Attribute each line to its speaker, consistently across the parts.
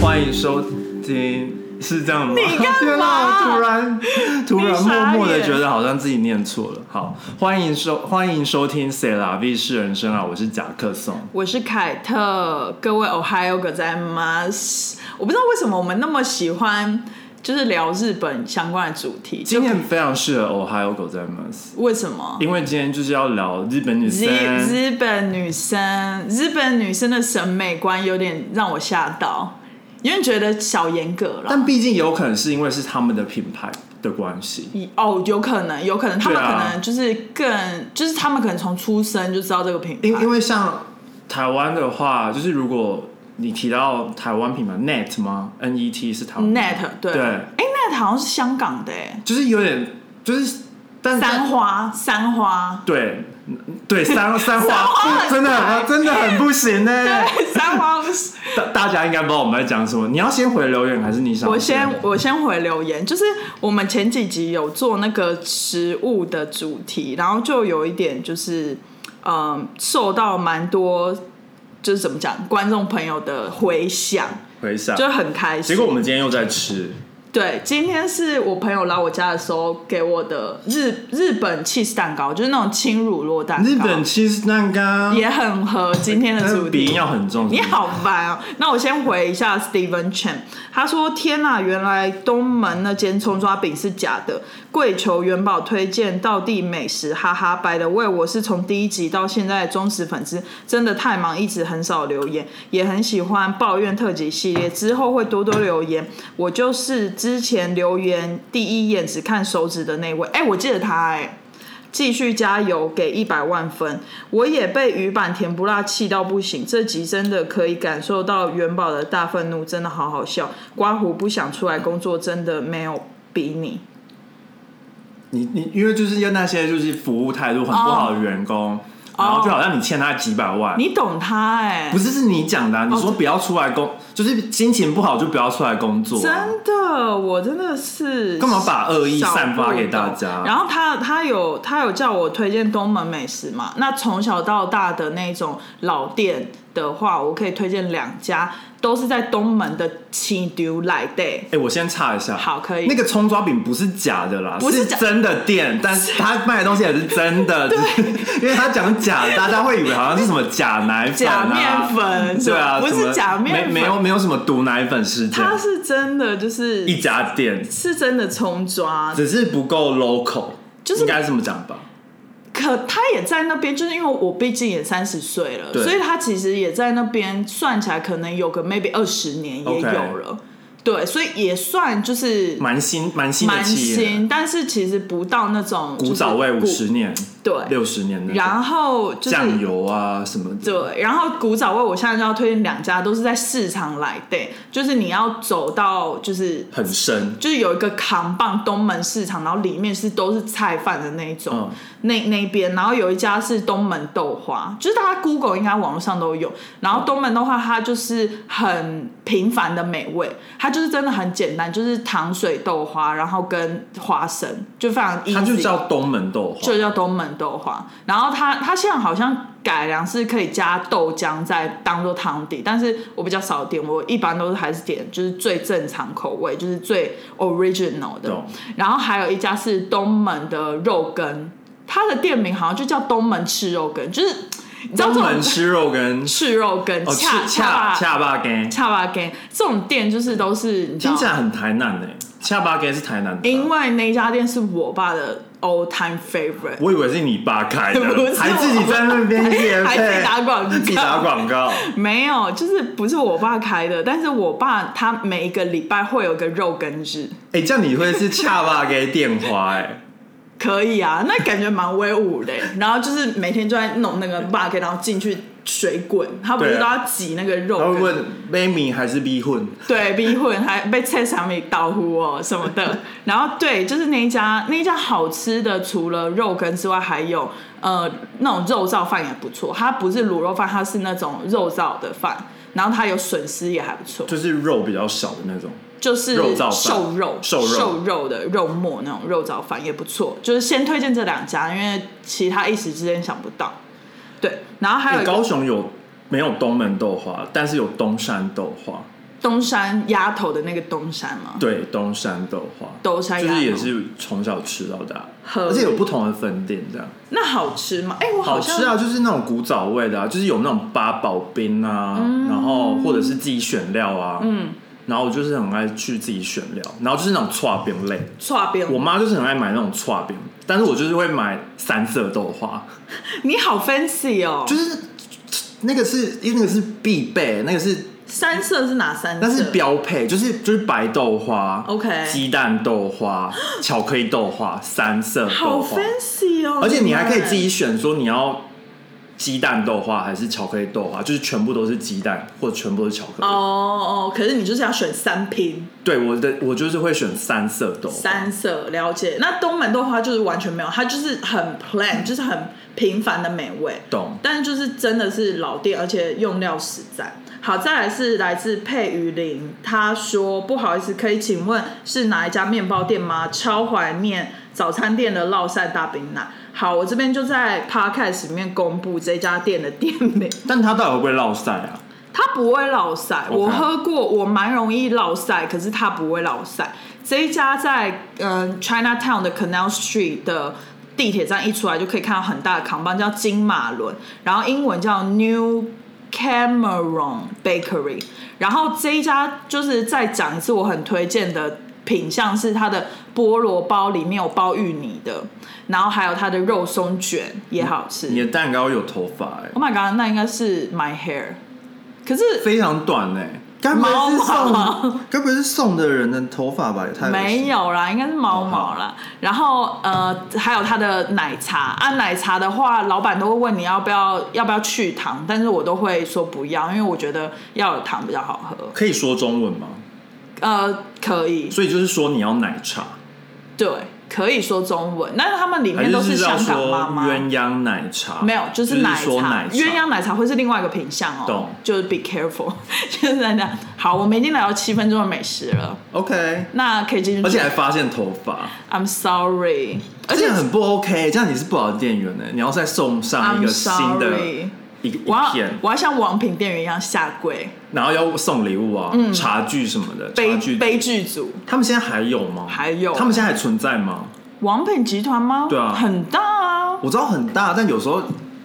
Speaker 1: 欢迎收听，是这样吗？
Speaker 2: 你干 嘛
Speaker 1: 天哪突然突然
Speaker 2: 你傻
Speaker 1: 默
Speaker 2: 眼
Speaker 1: 默的觉得好像自己念错了。好，欢迎收欢迎收听《C 啦 V 是人生》啊，我是贾克松。
Speaker 2: 我是凯特，各位 Ohio 哥在吗？我不知道为什么我们那么喜欢，就是聊日本相关的主题。
Speaker 1: 今天非常适合 Ohio 狗在 m
Speaker 2: 为什么？
Speaker 1: 因为今天就是要聊日本女
Speaker 2: 日
Speaker 1: 生。
Speaker 2: 日本女生，日本女生的审美观有点让我吓到，因为觉得小严格了。
Speaker 1: 但毕竟有可能是因为是他们的品牌的关系，
Speaker 2: 哦，有可能，有可能，他们
Speaker 1: 对啊
Speaker 2: 可能就是更，就是他们可能从出生就知道这个品牌。
Speaker 1: 因因为像台湾的话，就是如果你提到台湾品牌 Net 吗？N E T 是台湾
Speaker 2: Net 对，
Speaker 1: 对
Speaker 2: 哎、n e t 好像是香港的哎，
Speaker 1: 就是有点就是，但
Speaker 2: 三花三花，
Speaker 1: 对对三三
Speaker 2: 三花
Speaker 1: 花
Speaker 2: 很
Speaker 1: 真的很真的很不行呢、
Speaker 2: 对，三花不是。
Speaker 1: 大大家应该不知道我们在讲什么，你要先回留言还是你想？
Speaker 2: 我先我先回留言，就是我们前几集有做那个食物的主题，然后就有一点就是，嗯，受到蛮多就是怎么讲，观众朋友的回响，
Speaker 1: 回想，
Speaker 2: 就很开心。
Speaker 1: 啊结果我们今天又在吃，
Speaker 2: 对，今天是我朋友来我家的时候给我的日日本 cheese 蛋糕，就是那种轻乳酪蛋糕，
Speaker 1: 日本哎 cheese 蛋糕，
Speaker 2: 也很合今天的
Speaker 1: 但是
Speaker 2: 主
Speaker 1: 鼻音
Speaker 2: 题。
Speaker 1: 要很重，
Speaker 2: 你好烦哦！那我先回一下 Steven Chen，他说：“天呐，原来东门那间葱抓饼是假的。跪求元宝推荐道地美食，哈哈！By the way，我是从第一集到现在的忠实粉丝，真的太忙，一直很少留言，也很喜欢抱怨特辑系列，之后会多多留言。我就是之前留言第一眼只看手指的那位，哎、我记得他、哎。”继续加油，给一百万分。我也被鱼板甜不辣气到不行，这集真的可以感受到元宝的大愤怒，真的好好笑。刮胡不想出来工作，真的没有比你。
Speaker 1: 你你因为就是要那些就是服务态度很不好的员工然后就好像你欠他几百万
Speaker 2: 哦你哦懂他哎、
Speaker 1: 不是是你讲的啊、你说不要出来工就是心情不好就不要出来工作啊、
Speaker 2: 真的，我真的是
Speaker 1: 干嘛把恶意
Speaker 2: 少
Speaker 1: 散发给大
Speaker 2: 不
Speaker 1: 家
Speaker 2: 懂然后他他有他有叫我推荐东门美食嘛？那从小到大的那种老店的话，我可以推荐两家，都是在东门的七丢来的。
Speaker 1: 哎、我先插一下，
Speaker 2: 好可以
Speaker 1: 那个葱抓饼不是假的啦，
Speaker 2: 不是假
Speaker 1: 真的店，但是他卖的东西也是真 的，只是因为他讲假的，大家会以为好像是什么假奶粉、
Speaker 2: 假
Speaker 1: 啊、
Speaker 2: 面粉
Speaker 1: 对啊，
Speaker 2: 不是
Speaker 1: 什么
Speaker 2: 假面粉
Speaker 1: 没没有没有什么毒奶粉事件，
Speaker 2: 它是真的，就是
Speaker 1: 一家店
Speaker 2: 是真的冲抓，
Speaker 1: 只是不够 local，
Speaker 2: 就是
Speaker 1: 应该这么讲吧。
Speaker 2: 可他也在那边，就是因为我毕竟也三十岁了，
Speaker 1: 对
Speaker 2: 所以他其实也在那边算起来，可能有个 maybe 二十年也
Speaker 1: OK
Speaker 2: 有了对，所以也算就是
Speaker 1: 蛮新蛮新的
Speaker 2: 蛮
Speaker 1: 企业，
Speaker 2: 新，但是其实不到那种就是
Speaker 1: 古早味
Speaker 2: 古
Speaker 1: 五十年、
Speaker 2: 对，
Speaker 1: 六十年的
Speaker 2: 然后就是
Speaker 1: 酱油啊什么的，
Speaker 2: 对，然后古早味我现在就要推荐两家，都是在市场来的，就是你要走到就是
Speaker 1: 很深。
Speaker 2: 就是有一个扛棒东门市场，然后里面是都是菜贩的那一种，
Speaker 1: 嗯
Speaker 2: 那那边，然后有一家是东门豆花，就是大家 Google 应该网络上都有，然后东门豆花它就是很平凡的美味，它就是真的很简单，就是糖水豆花，然后跟花生，就非常 easy，
Speaker 1: 它就叫东门豆花，
Speaker 2: 就叫东门豆花。然后它它现在好像改良是可以加豆浆再当做汤底，但是我比较少点，我一般都是还是点就是最正常口味，就是最 original 的
Speaker 1: 懂。
Speaker 2: 然后还有一家是东门的肉羹，它的店名好像就叫东门吃肉羹，就是你知道
Speaker 1: 东
Speaker 2: 这
Speaker 1: 门
Speaker 2: 种
Speaker 1: 吃肉跟
Speaker 2: 吃肉羹，
Speaker 1: 哦，
Speaker 2: 恰
Speaker 1: 恰恰
Speaker 2: 恰吧
Speaker 1: 恰巴干，
Speaker 2: 恰吧羹这种店就是都是你知道
Speaker 1: 听起来很台南呢、欸恰巴干是台南的啊、
Speaker 2: 因为那家店是我爸的 all time favorite。
Speaker 1: 我以为是你爸开的
Speaker 2: 不是，
Speaker 1: 还自己在那边夜
Speaker 2: 还自己打广告
Speaker 1: 自己打广 告。
Speaker 2: 没有，就是不是我爸开的，但是我爸他每一个礼拜会有个肉羹日，
Speaker 1: 哎、这样你会是恰巴干电话哎、
Speaker 2: 可以啊，那感觉蛮威武 的。欸然后就是每天就在弄那个 bug，然后进去水滚，他不是
Speaker 1: 对
Speaker 2: 都
Speaker 1: 啊
Speaker 2: 要挤那个肉
Speaker 1: 他会
Speaker 2: 羹？
Speaker 1: 问 baby 还是 B 混，
Speaker 2: 对，逼混还被菜场里倒呼哦什么 的。然后对，就是那一家那一家好吃的，除了肉羹之外，还有呃那种肉燥饭也不错，它不是卤肉饭，它是那种肉燥的饭，然后它有笋丝也还不错。
Speaker 1: 就是肉比较少的那种。
Speaker 2: 就是
Speaker 1: 肉燥饭
Speaker 2: 瘦肉、
Speaker 1: 瘦肉
Speaker 2: 的肉末那种肉燥饭也不错，就是先推荐这两家，因为其他一时之间想不到。对，然后还有
Speaker 1: 欸
Speaker 2: 一个
Speaker 1: 高雄有没有东门豆花，但是有东山豆花，
Speaker 2: 东山鸭头的那个东山吗？
Speaker 1: 对，东山豆花，
Speaker 2: 东山
Speaker 1: 就
Speaker 2: 鸭
Speaker 1: 是也
Speaker 2: 头
Speaker 1: 是从小吃到大，
Speaker 2: 合
Speaker 1: 而且有不同的分店这样。
Speaker 2: 那好吃吗？哎、我
Speaker 1: 好
Speaker 2: 像
Speaker 1: 吃啊，就是那种古早味的、啊，就是有那种八宝冰啊，
Speaker 2: 嗯
Speaker 1: 然后或者是自己选料啊，嗯，然后我就是很爱去自己选料，然后就是那种串冰类，
Speaker 2: 串边，
Speaker 1: 我妈就是很爱买那种串冰，但是我就是会买三色豆花，
Speaker 2: 你好 fancy 哦。
Speaker 1: 就是那个是因为那个是必备，那个是
Speaker 2: 三色是哪三色？
Speaker 1: 那是标配，就是就是白豆花
Speaker 2: OK
Speaker 1: 鸡蛋豆花、 巧克力豆花、三色
Speaker 2: 好
Speaker 1: 豆花，
Speaker 2: fancy 哦。
Speaker 1: 而且你还可以
Speaker 2: 对
Speaker 1: 自己选说你要鸡蛋豆花还是巧克力豆花，就是全部都是鸡蛋或者全部都是巧克力。
Speaker 2: 哦哦，可是你就是要选三拼
Speaker 1: 对，我的我就是会选三色豆花。
Speaker 2: 三色，了解。那东门豆花就是完全没有，它就是很 plain，就是很平凡的美味。
Speaker 1: 懂
Speaker 2: 但就是真的是老店，而且用料实在。好，再来是来自佩瑜林，他说不好意思，可以请问是哪一家面包店吗？超怀念早餐店的烙晒大饼奶。好，我这边就在 podcast 里面公布这家店的店名。
Speaker 1: 但它到底会不会落晒啊？
Speaker 2: 它不会老塞，
Speaker 1: OK
Speaker 2: 我喝过，我蛮容易老塞，可是它不会老塞。这一家在嗯、China Town 的 Canal Street 的地铁站一出来就可以看到很大的扛棒，叫金马伦，然后英文叫 New Cameron Bakery。然后这一家就是再讲一次，我很推荐的品相是它的菠萝包里面有包芋泥的，然后还有它的肉松卷也好吃。
Speaker 1: 你的蛋糕有头发哎、
Speaker 2: Oh my god，那应该是 My Hair，可是
Speaker 1: 非常短哎、该不会是
Speaker 2: 毛毛
Speaker 1: 送？该不会是送的人的头发吧？也太恶心
Speaker 2: 没有啦，应该是毛毛
Speaker 1: 哦
Speaker 2: 啦。然后呃，还有他的奶茶啊，奶茶的话，老板都会问你要不要要不要去糖，但是我都会说不要，因为我觉得要有糖比较好喝。
Speaker 1: 可以说中文吗？
Speaker 2: 呃，可以，
Speaker 1: 所以就是说你要奶茶，
Speaker 2: 对，可以说中文，但是他们里
Speaker 1: 还
Speaker 2: 面
Speaker 1: 是
Speaker 2: 都
Speaker 1: 是
Speaker 2: 香
Speaker 1: 要
Speaker 2: 港
Speaker 1: 说
Speaker 2: 妈妈。
Speaker 1: 鸳鸯奶茶？
Speaker 2: 没有，就
Speaker 1: 就是
Speaker 2: 是奶
Speaker 1: 说
Speaker 2: 茶，
Speaker 1: 奶茶
Speaker 2: 鸳鸯奶茶会是另外一个品相哦。
Speaker 1: 懂
Speaker 2: 就是 be careful，就是 在那。好，我们已经聊到七分钟的美食了，
Speaker 1: OK，
Speaker 2: 那可以进入。
Speaker 1: 而且还发现头发。
Speaker 2: I'm sorry，而
Speaker 1: 而
Speaker 2: 且
Speaker 1: 且很不 OK，这样你是不好的店员呢、你要再送上
Speaker 2: I'm
Speaker 1: 一个新的
Speaker 2: sorry。
Speaker 1: 一个
Speaker 2: 我
Speaker 1: 一
Speaker 2: 要
Speaker 1: 片，
Speaker 2: 我要像王品店员一样下跪，
Speaker 1: 然后要送礼物啊，
Speaker 2: 嗯
Speaker 1: 茶具什么的，
Speaker 2: 悲
Speaker 1: 茶具。
Speaker 2: 悲剧组，
Speaker 1: 他们现在还有吗？
Speaker 2: 还有
Speaker 1: 他们现在还存在吗？
Speaker 2: 王品集团吗？
Speaker 1: 对啊
Speaker 2: 很大啊。
Speaker 1: 我知道很大，但有时候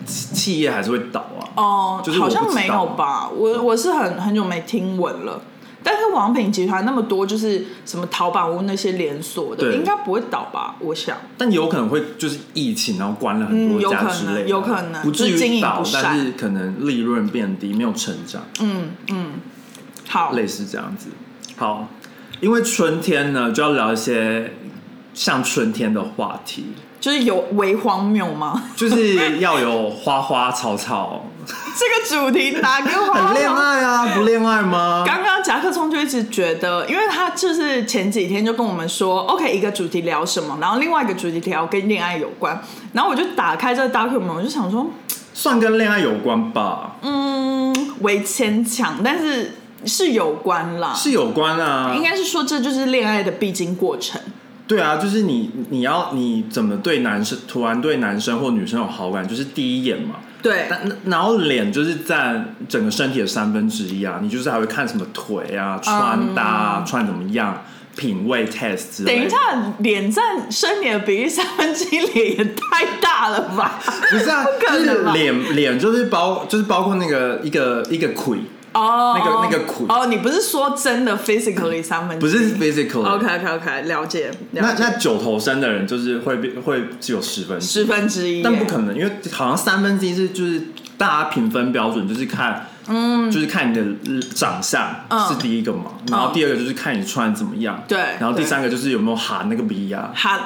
Speaker 1: 企企业还是会倒啊。
Speaker 2: 哦、
Speaker 1: 就是我
Speaker 2: 好
Speaker 1: 不知道啊
Speaker 2: 像没有吧？我我是很很久没听闻了。但是王品集团那么多，就是什么淘宝屋那些连锁的，
Speaker 1: 对
Speaker 2: 应该不会倒吧？我想。
Speaker 1: 但有可能会就是疫情，然后关了很
Speaker 2: 嗯
Speaker 1: 多
Speaker 2: 有可
Speaker 1: 家
Speaker 2: 能
Speaker 1: 之类的，
Speaker 2: 有可能
Speaker 1: 不至
Speaker 2: 就是经
Speaker 1: 于
Speaker 2: 营
Speaker 1: 倒
Speaker 2: 不，善
Speaker 1: 但是可能利润变低，没有成长，
Speaker 2: 好，
Speaker 1: 类似这样子。好，因为春天呢，就要聊一些像春天的话题。
Speaker 2: 就是有为荒谬吗？
Speaker 1: 就是要有花花草草，
Speaker 2: 这个主题哪个荒谬？
Speaker 1: 很恋爱啊，不恋爱吗？
Speaker 2: 刚刚夹克聪就一直觉得，因为他就是前几天就跟我们说，OK，一个主题聊什么，然后另外一个主题聊跟恋爱有关，然后我就打开这个 document，我就想说，
Speaker 1: 算跟恋爱有关吧，
Speaker 2: 嗯，为牵强，但是是有关啦，
Speaker 1: 是有关啊
Speaker 2: 应。该是说这就是恋爱的必经过程。
Speaker 1: 对啊，就是你你要你怎么对男生突然对男生或女生有好感，就是第一眼嘛。
Speaker 2: 对，
Speaker 1: 但那然后脸就是占整个身体的三分之一啊，你就是还会看什么腿啊、穿搭、啊、穿怎么样、品味 test 之
Speaker 2: 嗯等
Speaker 1: 类的。
Speaker 2: 一下，脸占身体的比例三分之一，脸也太大了 吧？
Speaker 1: 不是啊，
Speaker 2: 不可
Speaker 1: 就
Speaker 2: 能
Speaker 1: 是
Speaker 2: 吧
Speaker 1: 脸脸就是包就是包括那个一个一个魁，
Speaker 2: 哦，
Speaker 1: 那个那个苦
Speaker 2: 哦，你不是说真的 physically 三分之
Speaker 1: 不
Speaker 2: 一？
Speaker 1: 是 physical。
Speaker 2: OK OK OK，了解。了
Speaker 1: 那
Speaker 2: 解
Speaker 1: 那九头身的人就是会变会只有十分之一，
Speaker 2: 十分之一耶，
Speaker 1: 但不可能，因为好像三分之一是就是大家评分标准就是看，嗯，就是看你的呃长相
Speaker 2: 嗯
Speaker 1: 是第一个嘛，然后第二个就是看你穿怎么样，
Speaker 2: 对
Speaker 1: 然后第
Speaker 2: 对
Speaker 1: 三个就是有没有喊那个鼻呀，
Speaker 2: 喊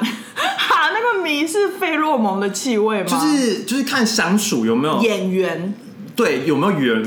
Speaker 2: 喊那个迷是费洛蒙的气味吗？
Speaker 1: 就是就是看相处有没有
Speaker 2: 演员
Speaker 1: 对有没有缘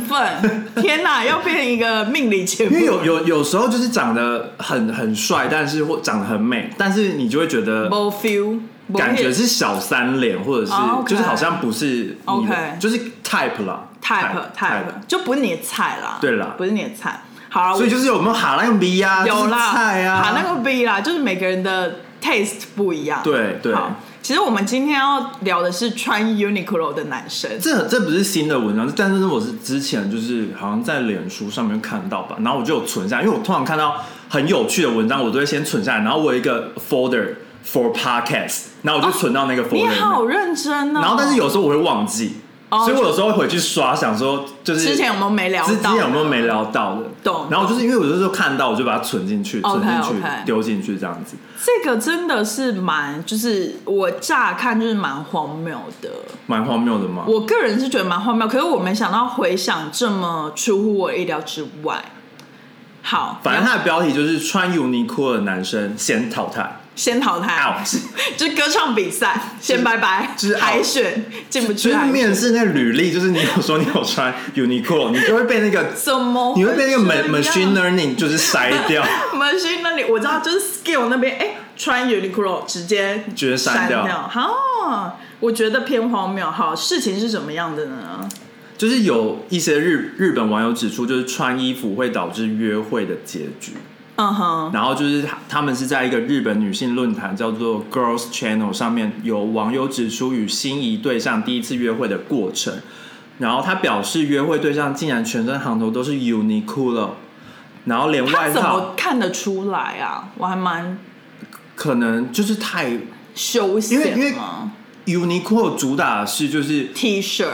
Speaker 1: 分。
Speaker 2: 分。天哪，要变一个命理节
Speaker 1: 因为
Speaker 2: 目。
Speaker 1: 有有有时候就是长得很很帅，但是或长得很美，但是你就会觉得
Speaker 2: no feel，没
Speaker 1: 感觉
Speaker 2: hit
Speaker 1: 是小三脸，或者是
Speaker 2: 哦，OK
Speaker 1: 就是好像不是你的
Speaker 2: OK
Speaker 1: 就是 type 啦
Speaker 2: type type，就不是你的菜啦。
Speaker 1: 对啦
Speaker 2: 不是你的菜。好啊，
Speaker 1: 所以
Speaker 2: 我
Speaker 1: 就是有没有哈那个鼻呀，
Speaker 2: 有
Speaker 1: 就是
Speaker 2: 啦，
Speaker 1: 菜啊，
Speaker 2: 喊那个 B 啦，就是每个人的 taste 不一样。
Speaker 1: 对对
Speaker 2: 好，其实我们今天要聊的是穿 Uniqlo 的男生。
Speaker 1: 这这不是新的文章，但是我是之前就是好像在脸书上面看到吧，然后我就有存下来，因为我通常看到很有趣的文章，我都会先存下来，然后我有一个 folder for podcast，然后我就存到那个 folder 里
Speaker 2: 哦你
Speaker 1: 面、
Speaker 2: 好认真哦。
Speaker 1: 然后但是有时候我会忘记，
Speaker 2: 哦
Speaker 1: 所以我有时候会回去刷，想说就是
Speaker 2: 之前有没有没聊到？
Speaker 1: 之前有没有没聊到的？
Speaker 2: 懂
Speaker 1: 然后就是因为我就是看到，我就把它存进去，存
Speaker 2: OK，
Speaker 1: 进去
Speaker 2: OK
Speaker 1: 丢进去这样子。
Speaker 2: 这个真的是蛮，就是我乍看就是蛮荒谬的。
Speaker 1: 蛮荒谬的嘛。
Speaker 2: 我个人是觉得蛮荒谬，可是我没想到回想这么出乎我意料之外。好，
Speaker 1: 反正它的标题就是“穿 Uniqlo 的男生先淘汰
Speaker 2: 先淘汰
Speaker 1: out”，
Speaker 2: 就是歌唱比赛，先拜拜，
Speaker 1: 就是 out
Speaker 2: 海选进不
Speaker 1: 就
Speaker 2: 去
Speaker 1: 是
Speaker 2: 海选，
Speaker 1: 面试那履历，就是你有说你有穿 Uniqlo，你就会被那个
Speaker 2: 怎么
Speaker 1: 你会被那个 ma-
Speaker 2: 这
Speaker 1: machine
Speaker 2: 样
Speaker 1: learning 就是筛 掉，
Speaker 2: machine 那里我知道，就是 skill 那边，哎、穿 Uniqlo 直接
Speaker 1: 直接删掉
Speaker 2: 好，我觉得偏荒谬。好，事情是怎么样的呢？
Speaker 1: 就是有一些日日本网友指出，就是穿衣服会导致约会的结局。
Speaker 2: 嗯哼，
Speaker 1: 然后就是他他们是在一个日本女性论坛叫做 Girls Channel 上面，有网友指出与心仪对象第一次约会的过程，然后他表示约会对象竟然全身行头都是 Uniqlo，然后连
Speaker 2: 他
Speaker 1: 外
Speaker 2: 怎
Speaker 1: 套
Speaker 2: 么看得出来啊？我还蛮
Speaker 1: 可能就是太
Speaker 2: 休
Speaker 1: 因为因为
Speaker 2: 闲嘛。
Speaker 1: Uniqlo 主打的是就是
Speaker 2: T 恤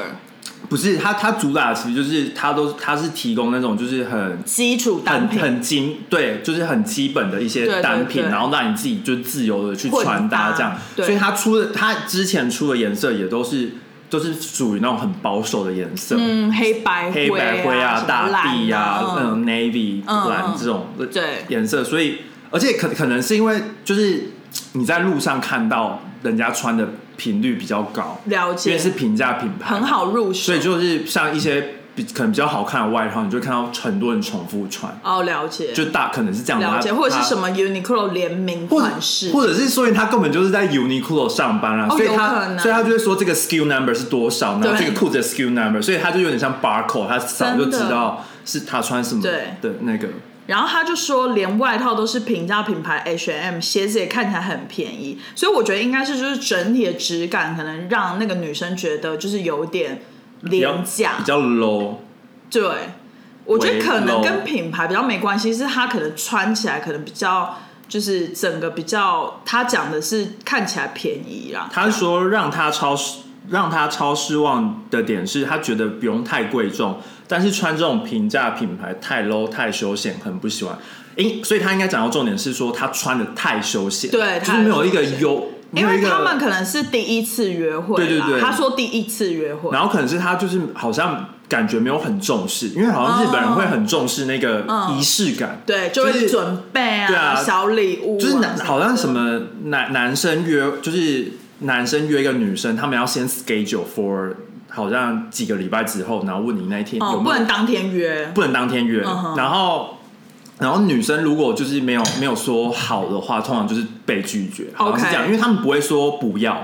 Speaker 1: 不是它它主打的其实就是它都它是提供那种就是很
Speaker 2: 基础单
Speaker 1: 很
Speaker 2: 品，
Speaker 1: 很精，对，就是很基本的一
Speaker 2: 对
Speaker 1: 些
Speaker 2: 对
Speaker 1: 单品，
Speaker 2: 对
Speaker 1: 然后让你自己就自由的去
Speaker 2: 混搭
Speaker 1: 穿搭这样。
Speaker 2: 对
Speaker 1: 所以它出的，它之前出的颜色也都是都是属于那种很保守的颜色，
Speaker 2: 嗯，黑白
Speaker 1: 黑白
Speaker 2: 灰
Speaker 1: 灰
Speaker 2: 啊，什么
Speaker 1: 大地
Speaker 2: 蓝
Speaker 1: 呀、
Speaker 2: 啊，
Speaker 1: 那种 navy
Speaker 2: 嗯
Speaker 1: 蓝
Speaker 2: 嗯
Speaker 1: 这种
Speaker 2: 对
Speaker 1: 颜色。所以，而且可可能是因为就是你在路上看到人家穿的频率比较高，
Speaker 2: 了
Speaker 1: 因
Speaker 2: 解
Speaker 1: 为是平价品牌，
Speaker 2: 很好入手，
Speaker 1: 所以就是像一些比可能比较好看的外套，你就会看到很多人重复穿。
Speaker 2: 哦了解，
Speaker 1: 就大可能是这样的，
Speaker 2: 了解，
Speaker 1: 他
Speaker 2: 或者是什
Speaker 1: 他
Speaker 2: 么 Uniqlo 联名
Speaker 1: 或者
Speaker 2: 款式，
Speaker 1: 或者是说明他根本就是在 Uniqlo 上班啊，
Speaker 2: 哦
Speaker 1: 所以
Speaker 2: 有可
Speaker 1: 他
Speaker 2: 能
Speaker 1: 所以他就会说这个 SKU number 是多少，然后
Speaker 2: 对
Speaker 1: 这个裤子的 SKU number，所以他就有点像 barcode，他早就知道是他穿什么
Speaker 2: 对
Speaker 1: 的那个。
Speaker 2: 然后他就说，连外套都是平价品牌 H&M，鞋子也看起来很便宜，所以我觉得应该是就是整体的质感可能让那个女生觉得就是有点
Speaker 1: 比较
Speaker 2: 廉价
Speaker 1: 比，较 low，
Speaker 2: 对。我觉得可能
Speaker 1: 微
Speaker 2: 跟
Speaker 1: low
Speaker 2: 品牌比较没关系，是他可能穿起来可能比较，就是整个比较，他讲的是看起来便宜啦。
Speaker 1: 他说让他超失让他超失望的点是他觉得不用太贵重，但是穿这种平价品牌太 low 太休闲，很不喜欢。因所以他应该讲到重点是说他穿的太休闲，
Speaker 2: 对
Speaker 1: 就是
Speaker 2: 太
Speaker 1: 没有一个
Speaker 2: 休闲
Speaker 1: 优，没
Speaker 2: 因
Speaker 1: 有
Speaker 2: 为
Speaker 1: 一个
Speaker 2: 他们可能是第一次约会啦，
Speaker 1: 对对对
Speaker 2: 他说第一次约会，
Speaker 1: 然后可能是他就是好像感觉没有很重视，因为好像日本人会很重视那个仪式感，
Speaker 2: 哦对，就会
Speaker 1: 是
Speaker 2: 准备啊，
Speaker 1: 对啊
Speaker 2: 小礼物、啊，
Speaker 1: 就是男好像什
Speaker 2: 么的。
Speaker 1: 么男男生约就是男生约一个女生，他们要先 schedule for 好像几个礼拜之后，然后问你那一天
Speaker 2: 哦，
Speaker 1: 有没
Speaker 2: 不
Speaker 1: 有
Speaker 2: 能当天约，
Speaker 1: 不能当天约，
Speaker 2: 哼
Speaker 1: 然后。然后女生如果就是没有没有说好的话，通常就是被拒绝，好像是这样
Speaker 2: OK
Speaker 1: 因为他们不会说不要，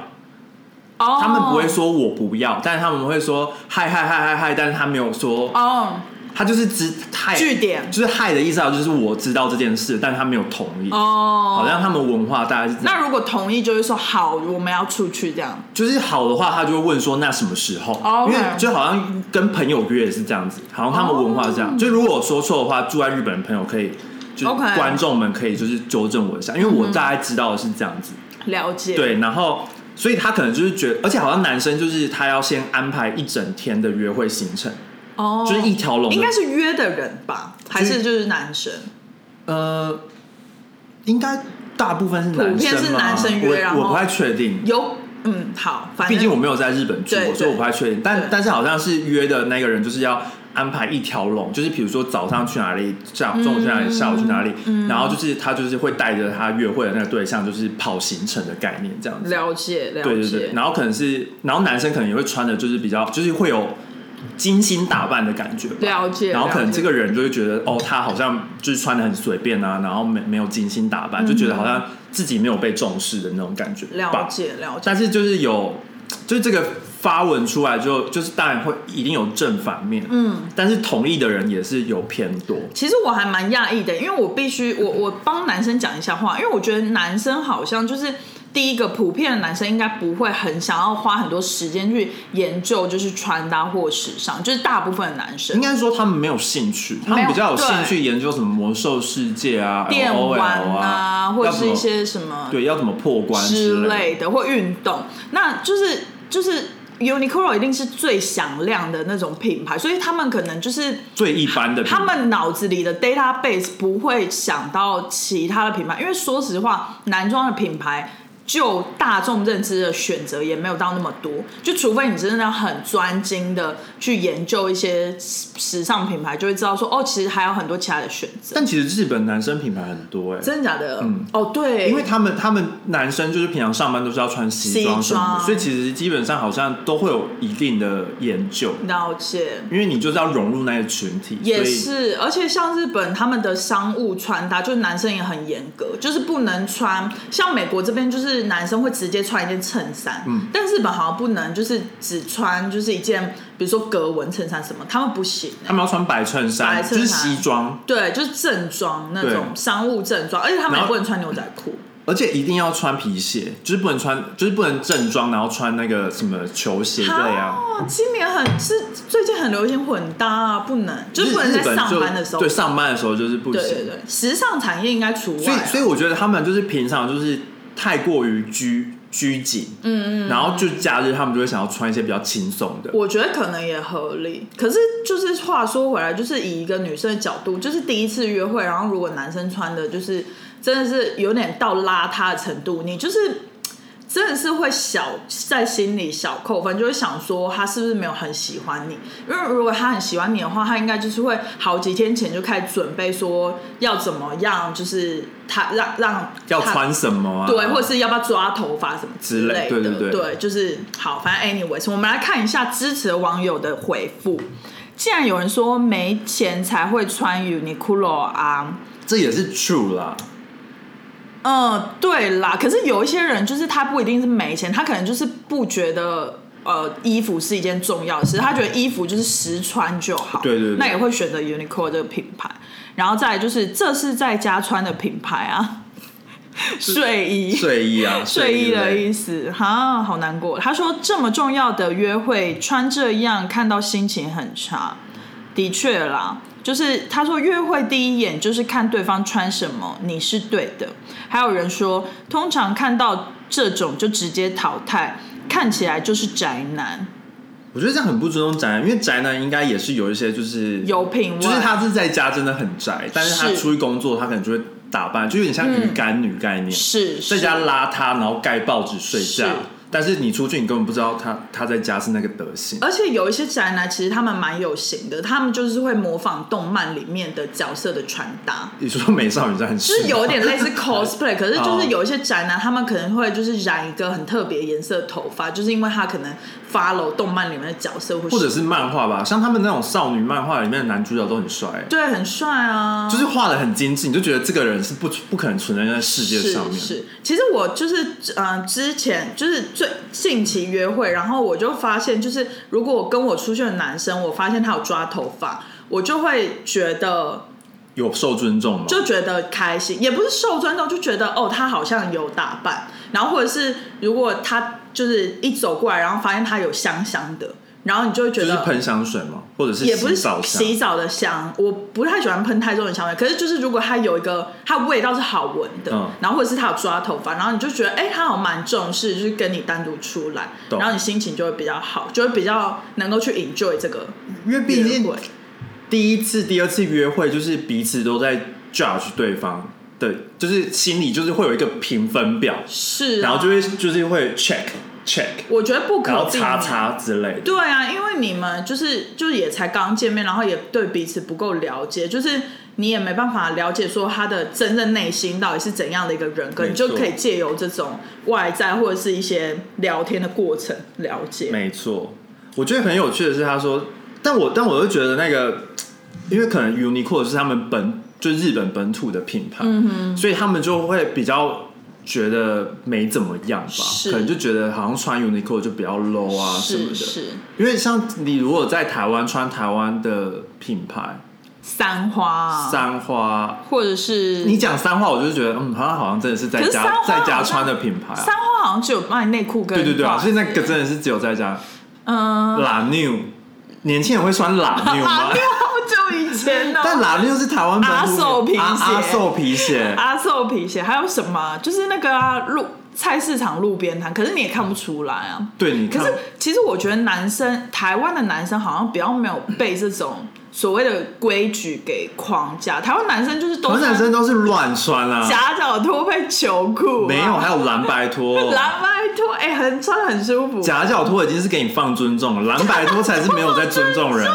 Speaker 2: 哦，
Speaker 1: 他们不会说我不要，但是他们会说嗨嗨嗨嗨嗨，但是他没有说
Speaker 2: 哦
Speaker 1: 他就是知害
Speaker 2: 据点
Speaker 1: 就是害的意思啊，就是我知道这件事，但他没有同意。好
Speaker 2: 哦。
Speaker 1: 像他们文化大概是这样，
Speaker 2: 那如果同意，就是说好，我们要出去这样。
Speaker 1: 就是好的话，他就会问说那什么时候
Speaker 2: 哦，OK
Speaker 1: 因为就好像跟朋友约也是这样子，好像他们文化是这样。就如果我说错的话，住在日本的朋友可以，就是
Speaker 2: 哦 OK 嗯
Speaker 1: 观众们可以就是纠正我一下，因为我大概知道的是这样子。
Speaker 2: 了解，，
Speaker 1: 对，然后所以他可能就是觉得，而且好像男生就是他要先安排一整天的约会行程，
Speaker 2: 哦，
Speaker 1: 就是一条龙的。
Speaker 2: 应该是约的人吧，还是就是男生？
Speaker 1: 呃，应该大部分是男生吗，
Speaker 2: 普遍是男生约
Speaker 1: 我
Speaker 2: 然后
Speaker 1: 我不太确定，
Speaker 2: 有，嗯，好，反正
Speaker 1: 毕竟我没有在日本住
Speaker 2: 对
Speaker 1: 过，所以我不太确定。但
Speaker 2: 对
Speaker 1: 但是好像是约的那个人就是要安排一条龙，就是比如说早上去哪里，下午中午去哪里，下午去哪里，
Speaker 2: 嗯
Speaker 1: 然后就是他就是会带着他约会的那个对象，就是跑行程的概念这样子。
Speaker 2: 了解了解，
Speaker 1: 对对对，然后可能是，然后男生可能也会穿的，就是比较，就是会有精心打扮的感觉吧。
Speaker 2: 了解
Speaker 1: 然后可
Speaker 2: 了
Speaker 1: 能
Speaker 2: 解
Speaker 1: 这个人就会觉得，哦，他好像就是穿的很随便啊，然后没没有精心打扮，就觉得好像自己没有被重视的那种感觉
Speaker 2: 嗯了
Speaker 1: 吧。
Speaker 2: 解了解，
Speaker 1: 但是就是有，就是这个发文出来之后，就是当然会一定有正反面，嗯，但是同意的人也是有偏多，
Speaker 2: 其实我还蛮讶异的，因为我必须我我帮男生讲一下话，因为我觉得男生好像就是。第一个普遍的男生应该不会很想要花很多时间去研究，就是穿搭或时尚，就是大部分的男生
Speaker 1: 应该说他们没有兴趣，他
Speaker 2: 没
Speaker 1: 们
Speaker 2: 有
Speaker 1: 比较有兴
Speaker 2: 对
Speaker 1: 趣研究什么魔兽世界啊、
Speaker 2: 电
Speaker 1: LOL
Speaker 2: 玩
Speaker 1: 啊，
Speaker 2: 或者
Speaker 1: 要怎
Speaker 2: 是一
Speaker 1: 么
Speaker 2: 些什么
Speaker 1: 对要怎么破关
Speaker 2: 之
Speaker 1: 类
Speaker 2: 类的，或运动，那就是就是 Uniqlo 一定是最响亮的那种品牌，所以他们可能就是
Speaker 1: 最一般的品
Speaker 2: 他
Speaker 1: 牌。
Speaker 2: 们脑子里的 database 不会想到其他的品牌，因为说实话，男装的品牌就大众认知的选择也没有到那么多，就除非你真的很专精的去研究一些时时尚品牌，就会知道说哦，其实还有很多其他的选择。
Speaker 1: 但其实日本男生品牌很多哎、
Speaker 2: 真的假的？哦，对，
Speaker 1: 因为他们他们男生就是平常上班都是要穿西装什
Speaker 2: 西
Speaker 1: 么
Speaker 2: 装
Speaker 1: 的，所以其实基本上好像都会有一定的研究，
Speaker 2: 了解。
Speaker 1: 因为你就是要融入那个群体，
Speaker 2: 也
Speaker 1: 所以
Speaker 2: 是，而且像日本他们的商务穿搭，就是男生也很严格，就是不能穿。像美国这边就是男生会直接穿一件衬衫，嗯，但日本好像不能，就是只穿就是一件，比如说格纹衬衫什么，他们不行、欸
Speaker 1: 他们要穿白衬衫，
Speaker 2: 白衬衫
Speaker 1: 就是西装，
Speaker 2: 对，就是正装那种
Speaker 1: 对
Speaker 2: 商务正装，而且他们
Speaker 1: 然
Speaker 2: 也
Speaker 1: 后
Speaker 2: 不能穿牛仔 裤。
Speaker 1: 而且一定要穿皮鞋，就是不能穿，就是不能正装，然后穿那个什么球鞋类啊。
Speaker 2: 哦，今年很是最近很流行混搭啊，不能，就是不能在
Speaker 1: 日本
Speaker 2: 上
Speaker 1: 就
Speaker 2: 班的时候。
Speaker 1: 对上班的时候就是不行。
Speaker 2: 对对对，时尚产业应该除外、啊。
Speaker 1: 所以，所以我觉得他们就是平常就是太过于拘拘谨，嗯嗯，然后就假日他们就会想要穿一些比较轻松的。
Speaker 2: 我觉得可能也合理，可是就是话说回来，就是以一个女生的角度，就是第一次约会，然后如果男生穿的就是真的是有点到邋遢的程度，你就是真的是会小在心里小扣分，就会想说他是不是没有很喜欢你？因为如果他很喜欢你的话，他应该就是会好几天前就开始准备说要怎么样，就是他让让
Speaker 1: 要
Speaker 2: 他
Speaker 1: 穿什么啊？
Speaker 2: 对，或者是要不要抓头发什么之类的，
Speaker 1: 之类对对对
Speaker 2: 就是好，反正 anyways，我们来看一下支持的网友的回复。既然有人说没钱才会穿 Uniqlo 啊，
Speaker 1: 这也是 true 啦。
Speaker 2: 嗯，对啦，可是有一些人就是他不一定是没钱，他可能就是不觉得。呃，衣服是一件重要的事，他觉得衣服就是实穿就好，
Speaker 1: 对对对
Speaker 2: 那也会选择 Uniqlo 这个品牌。然后再来就是，这是在家穿的品牌啊，睡衣，
Speaker 1: 睡衣啊，
Speaker 2: 睡衣的
Speaker 1: 类
Speaker 2: 意思，哈，好难过。他说这么重要的约会穿这样，看到心情很差。的确啦，就是他说约会第一眼就是看对方穿什么，你是对的。还有人说，通常看到这种就直接淘汰，看起来就是宅男，
Speaker 1: 我觉得这样很不尊重宅男，因为宅男应该也是有一些就是
Speaker 2: 有品味。
Speaker 1: 就是他是在家真的很宅，但是他
Speaker 2: 是
Speaker 1: 出去工作，他可能就会打扮，就有点像鱼干女概念，
Speaker 2: 是是
Speaker 1: 在家邋遢，然后盖报纸睡
Speaker 2: 嗯是
Speaker 1: 觉。但是你出去，你根本不知道他他在家是那个德行。
Speaker 2: 而且有一些宅男，其实他们蛮有型的，他们就是会模仿动漫里面的角色的穿搭。
Speaker 1: 你说美少女战士
Speaker 2: 就
Speaker 1: 吗，
Speaker 2: 是有点类 似 cosplay，可是就
Speaker 1: 哦
Speaker 2: 是有一些宅男，他们可能会就是染一个很特别颜色的头发，就是因为他可能 follow 动漫里面的角色，或
Speaker 1: 或者是漫画吧，像他们那种少女漫画里面的男主角都很帅、
Speaker 2: 对很帅啊，
Speaker 1: 就是画的很精致，你就觉得这个人是不不可能存在在世界上面。
Speaker 2: 是是，其实我就是嗯、呃之前就是最近期约会，然后我就发现，就是如果我跟我出去的男生，我发现他有抓头发，我就会觉得
Speaker 1: 有受尊重吗？
Speaker 2: 就觉得开心，也不是受尊重，就觉得哦，他好像有打扮，然后或者是如果他就是一走过来，然后发现他有香香的，然后你就会觉
Speaker 1: 就是
Speaker 2: 得。
Speaker 1: 喷香水吗？或者是
Speaker 2: 也不是
Speaker 1: 洗澡香？
Speaker 2: 洗澡的香，我不太喜欢喷太重的香味。可是就是如果它有一个它味道是好闻的，
Speaker 1: 嗯
Speaker 2: 然后或者是它有抓头发，然后你就觉得哎、他好像蛮重视，就是跟你单独出来，
Speaker 1: 懂
Speaker 2: 然后你心情就会比较好，就会比较能够去 enjoy 这个
Speaker 1: 因为毕
Speaker 2: 约
Speaker 1: 竟
Speaker 2: 会。
Speaker 1: 第一次、第二次约会，就是彼此都在 judge 对方的，就是心里就是会有一个评分表，
Speaker 2: 是、啊，
Speaker 1: 然后就会就是会 check check，
Speaker 2: 我觉得不可
Speaker 1: 然后
Speaker 2: 避
Speaker 1: 叉
Speaker 2: 免。
Speaker 1: 叉之类的。
Speaker 2: 对啊，因为你们就是就是也才刚见面，然后也对彼此不够了解，就是你也没办法了解说他的真正内心到底是怎样的一个人格，
Speaker 1: 没
Speaker 2: 你就
Speaker 1: 错
Speaker 2: 可以借由这种外在或者是一些聊天的过程了解。
Speaker 1: 没错，我觉得很有趣的是，他说，但我但我就觉得那个，因为可能 Uniqlo 是他们本就日本本土的品牌，嗯、所以他们就会比较觉得没怎么样吧
Speaker 2: 是，
Speaker 1: 可能就觉得好像穿 Uniqlo 就比较 low 啊什么
Speaker 2: 是
Speaker 1: 的。
Speaker 2: 是，
Speaker 1: 因为像你如果在台湾穿台湾的品牌，
Speaker 2: 三花啊，
Speaker 1: 三花，
Speaker 2: 或者是
Speaker 1: 你讲三花，我就觉得嗯，好像好像真的是在
Speaker 2: 可是三
Speaker 1: 家
Speaker 2: 花
Speaker 1: 在家
Speaker 2: 好像
Speaker 1: 穿的品牌、啊，
Speaker 2: 三花好像只有卖内裤跟
Speaker 1: 对对对啊，
Speaker 2: 袜子
Speaker 1: 所以那个真的是只有在家。
Speaker 2: 嗯，
Speaker 1: 拉 妞，年轻人会穿拉妞吗
Speaker 2: 阿？六好久以前哦 呢、
Speaker 1: 但拉妞是台湾本土
Speaker 2: 啊阿寿皮鞋啊
Speaker 1: 阿阿寿皮鞋，
Speaker 2: 阿寿皮鞋还有什么啊？就是那个啊，路菜市场路边摊，可是你也看不出来啊。
Speaker 1: 对，你
Speaker 2: 可
Speaker 1: 看
Speaker 2: 是，其实我觉得男生，台湾的男生好像比较没有被这种所谓的规矩给框架。台湾男生就是
Speaker 1: 台
Speaker 2: 都
Speaker 1: 湾男
Speaker 2: 是
Speaker 1: 生都是乱穿啦、
Speaker 2: 夹脚拖配球裤、
Speaker 1: 没有，，还有蓝白拖，
Speaker 2: 啊 蓝白拖，哎、很穿很舒服。
Speaker 1: 夹脚拖已经是给你放尊重了，蓝白拖才是没有在尊重 人。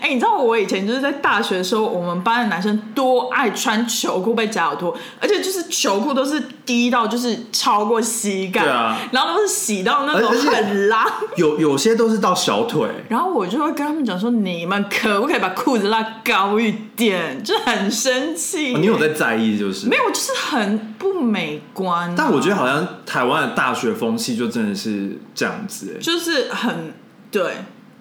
Speaker 2: 哎、你知道我以前就是在大学的时候，我们班的男生多爱穿球裤被夹脚拖，而且就是球裤都是低到就是超过膝盖，
Speaker 1: 对啊
Speaker 2: 然后都是洗到那种
Speaker 1: 而而且
Speaker 2: 很拉。
Speaker 1: 有有些都是到小腿，
Speaker 2: 然后我就会跟他们讲说，你们可不可以把裤子拉高一点？就很生气、
Speaker 1: 哦你有在在意就是
Speaker 2: 没？有？就是很不美观啊、
Speaker 1: 但我觉得好像台湾的大学风气就真的是这样子、欸，
Speaker 2: 就是很对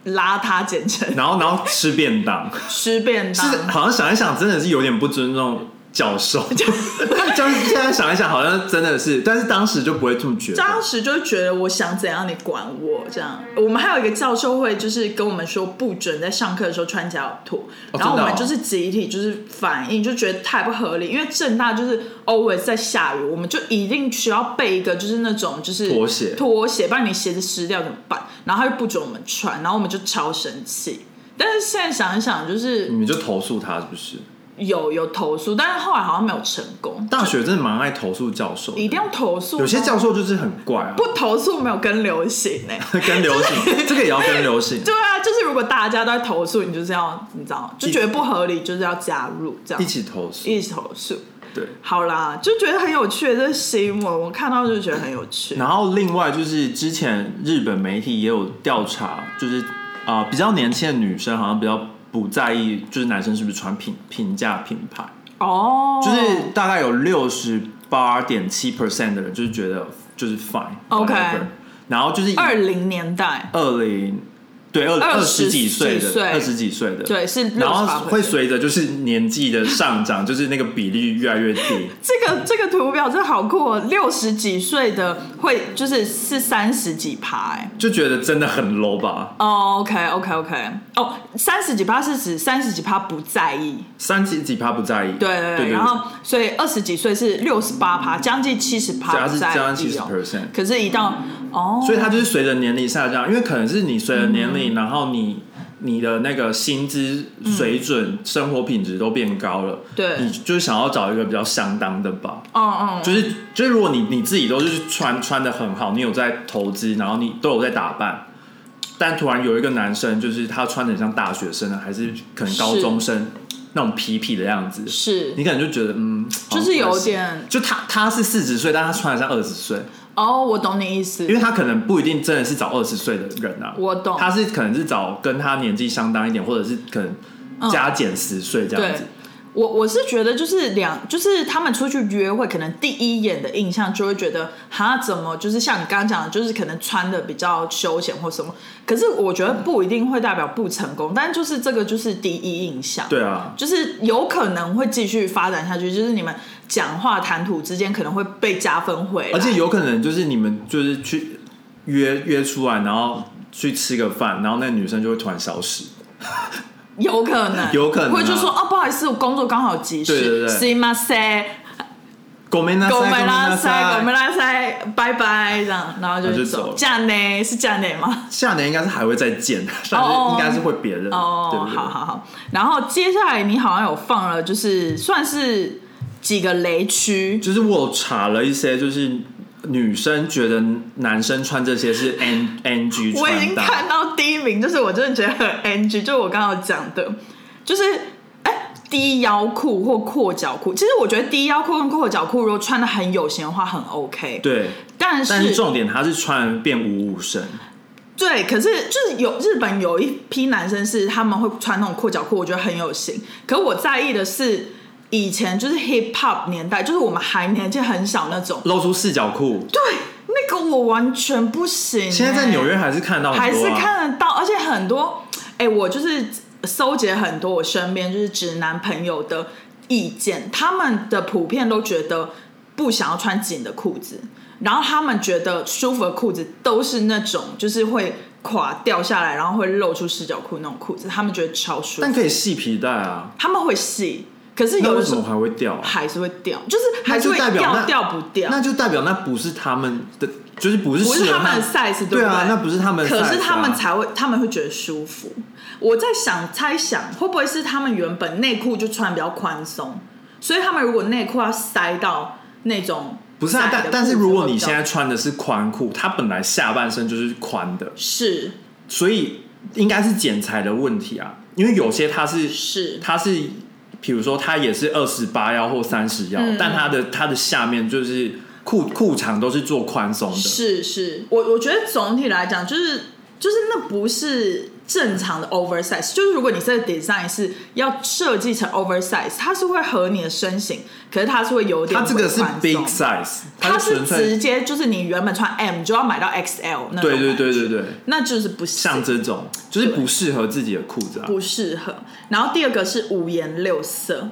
Speaker 2: 邋遢，简称
Speaker 1: 然后然后吃便当。
Speaker 2: 吃便
Speaker 1: 是
Speaker 2: 当。
Speaker 1: 好像想一想，真的是有点不尊重教 授。就是现在想一想，好像真的是，但是当时就不会这么觉得。
Speaker 2: 当时就觉得我想怎样你管我这样。我们还有一个教授会，就是跟我们说不准在上课的时候穿夹脚拖，
Speaker 1: 哦
Speaker 2: 然后我们
Speaker 1: 真的
Speaker 2: 就
Speaker 1: 哦
Speaker 2: 是集体就是反应，就觉得太不合理，因为正大就是 always 在下雨，我们就一定需要备一个就是那种就是
Speaker 1: 拖鞋
Speaker 2: 拖鞋，不然你鞋子湿掉怎么办？然后他就不准我们穿，然后我们就超生气。但是现在想一想，就是
Speaker 1: 你们就投诉他是不是？
Speaker 2: 有有投诉，但是后来好像没有成功，
Speaker 1: 大学真的蛮爱投诉教授的，
Speaker 2: 一定要投诉吗。
Speaker 1: 有些教授就是很怪啊，
Speaker 2: 不投诉没有跟流行欸呢、
Speaker 1: 跟流 行，这个也要跟流行。
Speaker 2: 对啊，就是如果大家都在投诉，你就是要你知道，就觉得不合理，就是要加入这样
Speaker 1: 一起投诉，
Speaker 2: 一起投诉。
Speaker 1: 对。
Speaker 2: 好啦，就觉得很有趣的这个新闻，我看到就觉得很有趣。
Speaker 1: 然后另外就是之前日本媒体也有调查，就是啊、呃比较年轻的女生好像比较不在意，就是男生是不是穿平平价品牌，
Speaker 2: 哦，
Speaker 1: 就是大概有六十八点七 percent 的人就是觉得就是 fine
Speaker 2: OK
Speaker 1: whatever 然后就是
Speaker 2: 二零年代，
Speaker 1: 二零对二
Speaker 2: 二
Speaker 1: 二
Speaker 2: 十
Speaker 1: 十几岁
Speaker 2: 几
Speaker 1: 的
Speaker 2: 岁
Speaker 1: 二十几岁的
Speaker 2: 对，是
Speaker 1: 然后
Speaker 2: 68
Speaker 1: 会随着就是年纪的上涨，就是那个比例越来越 低。
Speaker 2: 这个这个图表真的好酷、哦，六十几岁的会就是是三十几趴、欸。
Speaker 1: 就觉得真的很 low 吧，
Speaker 2: 哦、o k OK OK，哦，三十几趴是指三十几趴不在意，
Speaker 1: 三十几趴不在意，
Speaker 2: 对对
Speaker 1: 对
Speaker 2: 对，然后所以二十几岁是六十八趴，将近七十趴
Speaker 1: 加
Speaker 2: 不
Speaker 1: 是
Speaker 2: 在
Speaker 1: 加七
Speaker 2: 意
Speaker 1: 十
Speaker 2: 哦。
Speaker 1: percent，
Speaker 2: 可是，一到哦，
Speaker 1: 所以它就是随着年龄下降，因为可能是你随着年
Speaker 2: 嗯
Speaker 1: 龄，然后你你的那个薪资水准、生活品质都变高了，
Speaker 2: 对
Speaker 1: 你就是想要找一个比较相当的吧。
Speaker 2: 嗯嗯，
Speaker 1: 就是就是，如果你你自己都是穿穿的很好，你有在投资，然后你都有在打扮，但突然有一个男生，就是他穿的像大学生，啊还是可能高中生那种痞痞的样子，
Speaker 2: 是
Speaker 1: 你可能就觉得嗯，
Speaker 2: 就是
Speaker 1: 好像
Speaker 2: 有
Speaker 1: 不太行
Speaker 2: 点
Speaker 1: 就他他是四十岁，但他穿的像二十岁，
Speaker 2: 哦，我懂你意思
Speaker 1: 因，为他可能不一定真的是找二十岁的人啊，
Speaker 2: 我懂
Speaker 1: 他是可能是找跟他年纪相当一点，或者是可能加减十岁这样
Speaker 2: 对
Speaker 1: 子。。
Speaker 2: 我我是觉得就是两，就是他们出去约会，可能第一眼的印象就会觉得，哈，怎么就是像你刚刚讲的，就是可能穿的比较休闲或什么。可是我觉得不一定会代表不成功，但就是这个就是第一印象。
Speaker 1: 对啊，
Speaker 2: 就是有可能会继续发展下去，就是你们讲话谈吐之间可能会被加分回来，
Speaker 1: 而且有可能就是你们就是去约约出来，然后去吃个饭，然后那个女生就会突然消失。
Speaker 2: 有可能，
Speaker 1: 有可能啊
Speaker 2: 会就说哦，不好意思，我工作刚好急事，
Speaker 1: 对对对
Speaker 2: すいません，
Speaker 1: 狗没拉
Speaker 2: ごめん
Speaker 1: 拉
Speaker 2: なさい，ごめんなさい，拜拜这样，然后
Speaker 1: 然后就
Speaker 2: 就
Speaker 1: 走了
Speaker 2: 这样呢？是这 样呢吗？
Speaker 1: 下年应该是还会再见，但是应该是会别人
Speaker 2: 哦，
Speaker 1: 对不对？
Speaker 2: 好好好。然后接下来你好像有放了，就是算是几个雷区，
Speaker 1: 就是我查了一些，就是女生觉得男生穿这些是 N N G
Speaker 2: 我已经
Speaker 1: 穿搭
Speaker 2: 看，到第一名，就是我真的觉得很 NG，就是我刚刚有讲的，就是哎低腰裤或阔脚裤。其实我觉得低腰裤跟阔脚裤如果穿的很有型的话，很 OK。
Speaker 1: 对。
Speaker 2: 但
Speaker 1: 但是
Speaker 2: 是
Speaker 1: 重点，他是穿变五五身，
Speaker 2: 对，可是就是有日本有一批男生是他们会穿那种阔脚裤，我觉得很有型。可我在意的是以前就是 hip hop 年代，就是我们还年纪很小那种，
Speaker 1: 露出四角裤。
Speaker 2: 对，那个我完全不行欸、
Speaker 1: 现在在纽约还是看到很多、啊，
Speaker 2: 还是看得到，而且很多，哎、我就是搜集了很多我身边就是直男朋友的意见，他们的普遍都觉得不想要穿紧的裤子，然后他们觉得舒服的裤子都是那种就是会垮掉下来，然后会露出四角裤那种裤子，他们觉得超舒
Speaker 1: 但
Speaker 2: 服。
Speaker 1: 可以系皮带啊，
Speaker 2: 他们会细，可是
Speaker 1: 那
Speaker 2: 有
Speaker 1: 为
Speaker 2: 的
Speaker 1: 什
Speaker 2: 时
Speaker 1: 么
Speaker 2: 候
Speaker 1: 还会掉啊？
Speaker 2: 还是会掉，就是
Speaker 1: 那
Speaker 2: 还是
Speaker 1: 就
Speaker 2: 会
Speaker 1: 代表
Speaker 2: 掉
Speaker 1: 那
Speaker 2: 掉不掉。
Speaker 1: 那就代表那不是他们的，就是不是
Speaker 2: 啊不是
Speaker 1: 适合
Speaker 2: 他们的 size，对不
Speaker 1: 对啊，
Speaker 2: 对
Speaker 1: 那不是他们的 size 啊、
Speaker 2: 可是他们才会，他们会觉得舒服。我在想，猜想会不会是他们原本内裤就穿比较宽松，所以他们如果内裤要塞到那种
Speaker 1: 不是啊但
Speaker 2: 窄的，裤
Speaker 1: 但是
Speaker 2: 子
Speaker 1: 如
Speaker 2: 会
Speaker 1: 果
Speaker 2: 比
Speaker 1: 你
Speaker 2: 较
Speaker 1: 现在穿的是宽裤，它本来下半身就是宽的，
Speaker 2: 是
Speaker 1: 所以应该是剪裁的问题啊，因为有些它是
Speaker 2: 是
Speaker 1: 它是，比如说它也是二十八腰或三十腰，
Speaker 2: 嗯
Speaker 1: 但它的它的下面就是裤裤长都是做宽松的，
Speaker 2: 是是，我我觉得总体来讲，就是就是那不是正常的 oversize，就是如果你这个 design 是要设计成 oversize，它是会合你的身形，可是它是会有点
Speaker 1: 它这个是
Speaker 2: 宽松
Speaker 1: big size，
Speaker 2: 它
Speaker 1: 是
Speaker 2: 是
Speaker 1: 纯粹
Speaker 2: 直接就是你原本穿 M 就要买到 XL 那种，
Speaker 1: 对对对，对对，
Speaker 2: 那就是不行
Speaker 1: 像这种就是不适合自己的裤子啊，
Speaker 2: 不适合。然后第二个是五颜六色，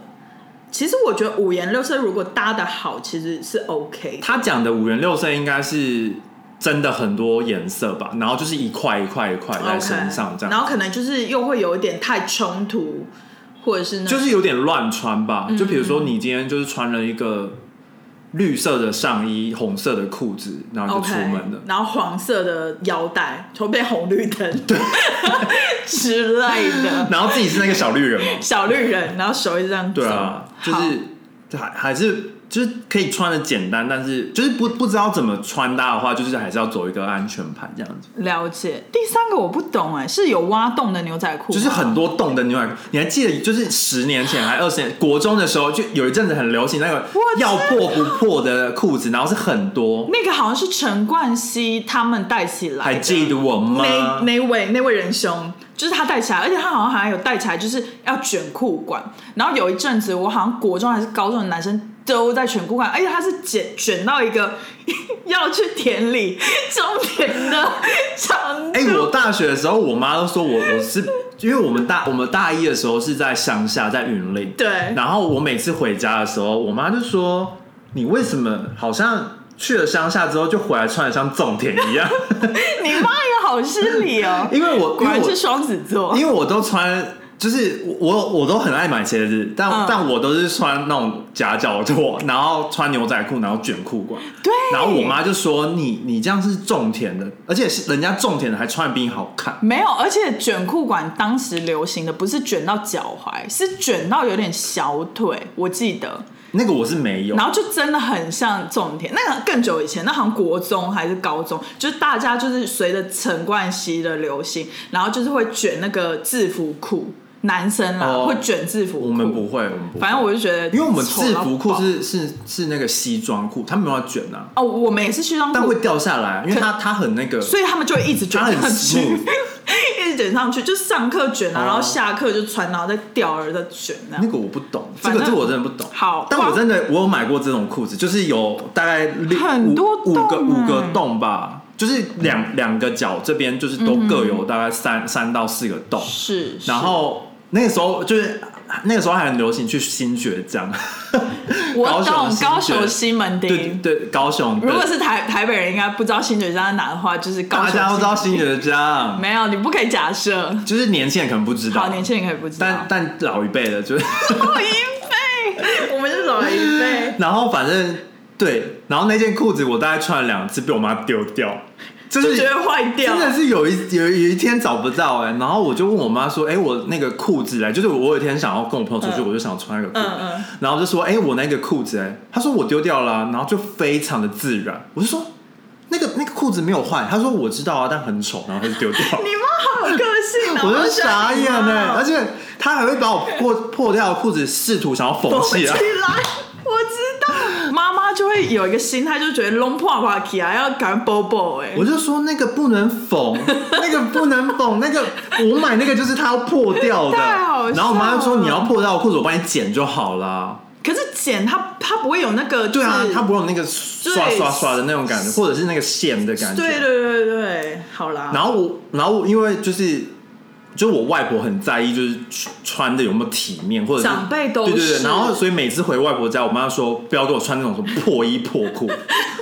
Speaker 2: 其实我觉得五颜六色如果搭的好，其实是 OK 的。
Speaker 1: 他讲的五颜六色应该是真的很多颜色吧，然后就是一块一块一块在
Speaker 2: OK，
Speaker 1: 身上这样
Speaker 2: 然后可能就是又会有一点太冲突，或者是那
Speaker 1: 就是有点乱穿吧。
Speaker 2: 嗯
Speaker 1: 就比如说你今天就是穿了一个绿色的上衣、红色的裤子，然后就
Speaker 2: OK，
Speaker 1: 出门了。
Speaker 2: 然后黄色的腰带会变红绿灯，对 之类的？
Speaker 1: 然后自己是那个小绿人嘛
Speaker 2: 小绿人，然后手一直这 样
Speaker 1: 对啊，
Speaker 2: 走
Speaker 1: 就
Speaker 2: 好
Speaker 1: 是还还是就是可以穿的简单，但是就是不不知道怎么穿搭的话，就是还是要走一个安全牌这样子。
Speaker 2: 了解。第三个我不懂哎、是有挖洞的牛仔裤吗，
Speaker 1: 就是很多洞的牛仔裤，你还记得？就是十年前还二十年，国中的时候就有一阵子很流行那个
Speaker 2: 知道
Speaker 1: 要破不破的裤子，然后是很多，
Speaker 2: 那个好像是陈冠希他们带起来的，
Speaker 1: 还记得我吗？
Speaker 2: 那那位那位仁兄，就是他带起来，而且他好像还有带起来，就是要卷裤管。然后有一阵子，我好像国中还是高中的男生都在卷裤管，而且他是卷卷到一个 要去田里种田的长度。
Speaker 1: 哎、我大学的时候，我妈都说我我是，因为我们大我们大一的时候是在乡下，在云林。
Speaker 2: 对
Speaker 1: 然后我每次回家的时候，我妈就说：“你为什么好像去了乡下之后就回来穿的像种田一样，
Speaker 2: 你妈也好失礼哦？”
Speaker 1: 因为我
Speaker 2: 果然
Speaker 1: 因为
Speaker 2: 是
Speaker 1: 我
Speaker 2: 双子座
Speaker 1: 因。为我都穿。就是我我我都很爱买鞋子，但、
Speaker 2: 嗯
Speaker 1: 但我都是穿那种夹脚拖，然后穿牛仔裤，然后卷裤管。
Speaker 2: 对，
Speaker 1: 然后我妈就说：“你你这样是种田的，而且是人家种田的还穿的比你好看。”
Speaker 2: 没有，而且卷裤管当时流行的不是卷到脚踝，是卷到有点小腿，我记得。
Speaker 1: 那个我是没有
Speaker 2: 然。后就真的很像种田，那个更久以前，那好像国中还是高中，就是大家就是随着陈冠希的流行，然后就是会卷那个制服裤，男生啦、
Speaker 1: 哦
Speaker 2: 会卷制服裤。
Speaker 1: 我们不会，我们不会。
Speaker 2: 反正我就觉得，
Speaker 1: 因为我们制服裤是是是那个西装裤，它没有要卷啊，
Speaker 2: 哦，我们也是西装
Speaker 1: 但
Speaker 2: 裤
Speaker 1: 会，掉下来，因为它它很那个，
Speaker 2: 所以他们就会一直卷
Speaker 1: 它很
Speaker 2: 上去，
Speaker 1: smooth
Speaker 2: 一直卷上去，就上课卷啊，
Speaker 1: 哦
Speaker 2: 然后下课就穿，然后再吊儿再卷那样
Speaker 1: 那个我不懂，这
Speaker 2: 反
Speaker 1: 个
Speaker 2: 正
Speaker 1: 这个我真的不懂。
Speaker 2: 好
Speaker 1: 但我真的我有买过这种裤子，就是有大概六
Speaker 2: 很
Speaker 1: 五
Speaker 2: 多
Speaker 1: 五个
Speaker 2: 洞欸
Speaker 1: 五个洞吧，就是两两个脚这边就是都各有大概三三到四个洞，
Speaker 2: 嗯是，是
Speaker 1: 然后那个时候就是那个时候还很流行去新学江，
Speaker 2: 我
Speaker 1: 高雄
Speaker 2: 懂
Speaker 1: 新
Speaker 2: 高雄
Speaker 1: 学
Speaker 2: 西门町，
Speaker 1: 对对，高雄
Speaker 2: 如
Speaker 1: 的
Speaker 2: 果是台台北人，应该不知道新水乡在哪的话，就是高
Speaker 1: 大
Speaker 2: 雄
Speaker 1: 家都知道新
Speaker 2: 水
Speaker 1: 学江，
Speaker 2: 没有，你不可以假设。
Speaker 1: 就是年轻人可能不知道，
Speaker 2: 好，年轻人可以不知道
Speaker 1: 但。但老一辈的就是，。
Speaker 2: 老一辈，我们是老一辈
Speaker 1: 然后反正对，然后那件裤子我大概穿了两次，被我妈丢掉，就
Speaker 2: 就是觉得坏掉
Speaker 1: 真，的是有一有有一天找不到哎、然后我就问我妈说，哎、我那个裤子哎，就是我有一天想要跟我朋友出去，
Speaker 2: 嗯
Speaker 1: 我就想穿那个裤子，
Speaker 2: 嗯嗯
Speaker 1: 然后就说，哎、我那个裤子哎、她说我丢掉了啊、然后就非常的自然，我就说那个那个裤子没有坏，她说我知道啊，但很丑，然后她就丢掉。
Speaker 2: 你妈好有个 性啊！
Speaker 1: 我
Speaker 2: 好
Speaker 1: 就
Speaker 2: 喜欢
Speaker 1: 傻
Speaker 2: 你
Speaker 1: 眼
Speaker 2: 妈
Speaker 1: 哎、而
Speaker 2: 哦
Speaker 1: 且他还会把我破破掉的裤子试图想要缝
Speaker 2: 躲起
Speaker 1: 起
Speaker 2: 来
Speaker 1: 来，。
Speaker 2: 我知道，妈妈就会有一个心态，就觉得弄破破起来要赶快 bobo 哎
Speaker 1: 我。就说那个不能缝，那个不能缝，那个我买那个就是它要破掉的
Speaker 2: 太好笑。了
Speaker 1: 然后我妈就说你要破掉的裤子，我帮你剪就好啦。
Speaker 2: 可是剪它，它不会有那个，
Speaker 1: 对啊
Speaker 2: 就是，
Speaker 1: 它不会有那个刷刷刷的那种感觉，或者是那个线的感觉。
Speaker 2: 对对对对，好啦。
Speaker 1: 然后我，然后我因为就是就我外婆很在意，就是穿穿的有没有体面，或者是
Speaker 2: 长辈都
Speaker 1: 对对对。
Speaker 2: 是
Speaker 1: 然后所以每次回外婆家，我妈说不要给我穿那种什么破衣破裤，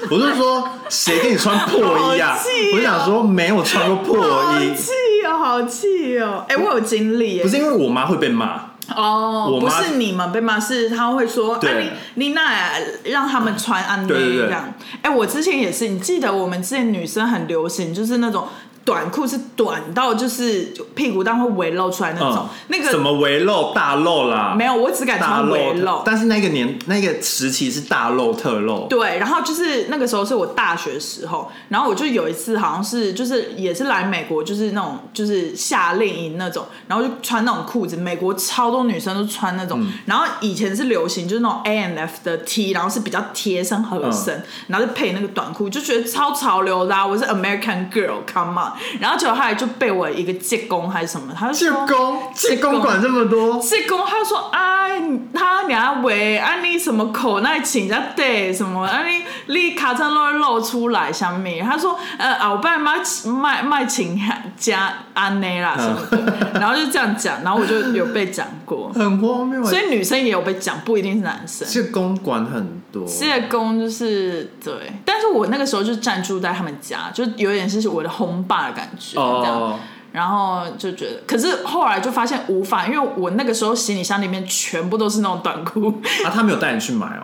Speaker 1: 我就说谁给你穿破衣啊？
Speaker 2: 好气哦
Speaker 1: 我就想说没有穿过破
Speaker 2: 好
Speaker 1: 衣，
Speaker 2: 气哦，好气哦！哎、我有经历耶
Speaker 1: 不，是因为我妈会被骂，
Speaker 2: 哦，
Speaker 1: 我
Speaker 2: 不
Speaker 1: 妈
Speaker 2: 是你们被骂，是他会说，啊
Speaker 1: 对
Speaker 2: 你你那让他们穿安内
Speaker 1: 对对对
Speaker 2: 这样。哎、我之前也是，你记得我们之前女生很流行，就是那种短裤是短到就是屁股蛋会围露出来那种，
Speaker 1: 嗯，
Speaker 2: 那
Speaker 1: 什
Speaker 2: 个
Speaker 1: 么围露大露啦，
Speaker 2: 没有，我只敢
Speaker 1: 大
Speaker 2: 穿
Speaker 1: 露
Speaker 2: 围露。
Speaker 1: 但是那个年那个时期是大露特露，
Speaker 2: 对，然后就是那个时候是我大学时候，然后我就有一次好像是就是也是来美国，就是那种就是夏令营那种，然后就穿那种裤子，美国超多女生都穿那种，然后以前是流行就是那种 A N F 的 T，然后是比较贴身合身，然后就配那个短裤，就觉得超潮流的、啊，我是 American girl，come on，然后结果后来就被我一个借工还是什么，他就
Speaker 1: 借
Speaker 2: 说
Speaker 1: 工借
Speaker 2: 公
Speaker 1: 工管这么多，
Speaker 2: 社工他说啊，他俩喂，啊你什么口那请人家对什么，啊你你卡上都会露出来下面，他说呃啊我爸妈卖卖请加安内啦什么的，然后就这样讲，然后我就有被讲过，
Speaker 1: 很荒谬欸。
Speaker 2: 所以女生也有被讲，不一定是男生。
Speaker 1: 借公管很多，
Speaker 2: 社工就是对，但是我那个时候就暂住在他们家，就有点是我的红爸的感觉，这样。
Speaker 1: 哦，
Speaker 2: 然后就觉得，可是后来就发现无法，因为我那个时候行李箱里面全部都是那种短裤，
Speaker 1: 啊，他没有带你去买哦，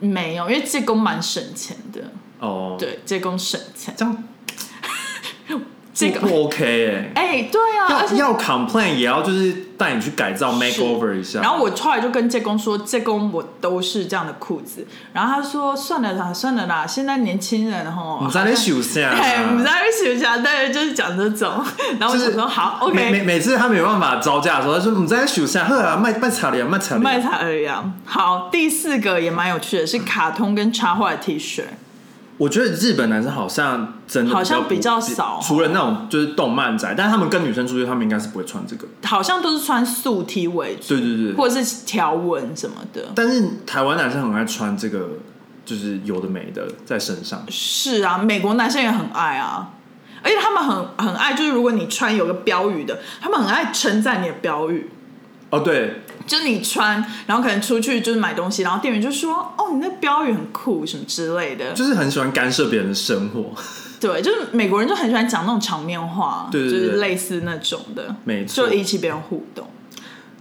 Speaker 2: 没有，因为借工蛮省钱的，
Speaker 1: 哦，，
Speaker 2: 对，借工省钱，
Speaker 1: 这样
Speaker 2: 这
Speaker 1: 不
Speaker 2: 个，
Speaker 1: 不 OK 哎、
Speaker 2: 哎、对啊， 而
Speaker 1: 要
Speaker 2: 且。
Speaker 1: 要 complain 也要就是带你去改造
Speaker 2: 是
Speaker 1: makeover 一下，
Speaker 2: 然后我后来就跟借工说，借工我都是这样的裤子，然后他说算了啦，算了啦，现在年轻人吼，
Speaker 1: 你在那修下，啊
Speaker 2: 哎，我们在那学家，对，就是讲这 种，然后我
Speaker 1: 就
Speaker 2: 就是说好
Speaker 1: 每每
Speaker 2: ，OK，
Speaker 1: 每次他没有办法招架的时候，他说我们在修下，呵啊，卖卖茶点，卖茶
Speaker 2: 卖
Speaker 1: 点，
Speaker 2: 他而已啊。好，第四个也蛮有趣的，是卡通跟插画的 T 恤。
Speaker 1: 我觉得日本男生好像真的
Speaker 2: 好像比较
Speaker 1: 不
Speaker 2: 少
Speaker 1: 除了那种就是动漫宅，但他们跟女生出去，他们应该是不会穿这个。
Speaker 2: 好像都是穿素 T 为主，
Speaker 1: 对对对，
Speaker 2: 或者是条纹什么的。
Speaker 1: 但是台湾男生很爱穿这个，就是有的没的在身上。
Speaker 2: 是啊，美国男生也很爱啊，而且他们很很爱，就是如果你穿有个标语的，他们很爱称赞你的标语。
Speaker 1: 哦，对，
Speaker 2: 就是你穿，然后可能出去就是买东西，然后店员就说：“哦，你那标语很酷，什么之类的。
Speaker 1: 就是很喜欢干涉别人的生活，”
Speaker 2: 对，就是美国人就很喜欢讲那种场面话，
Speaker 1: 对对对
Speaker 2: 就是类似那种的，
Speaker 1: 没错
Speaker 2: 就引起别人互动。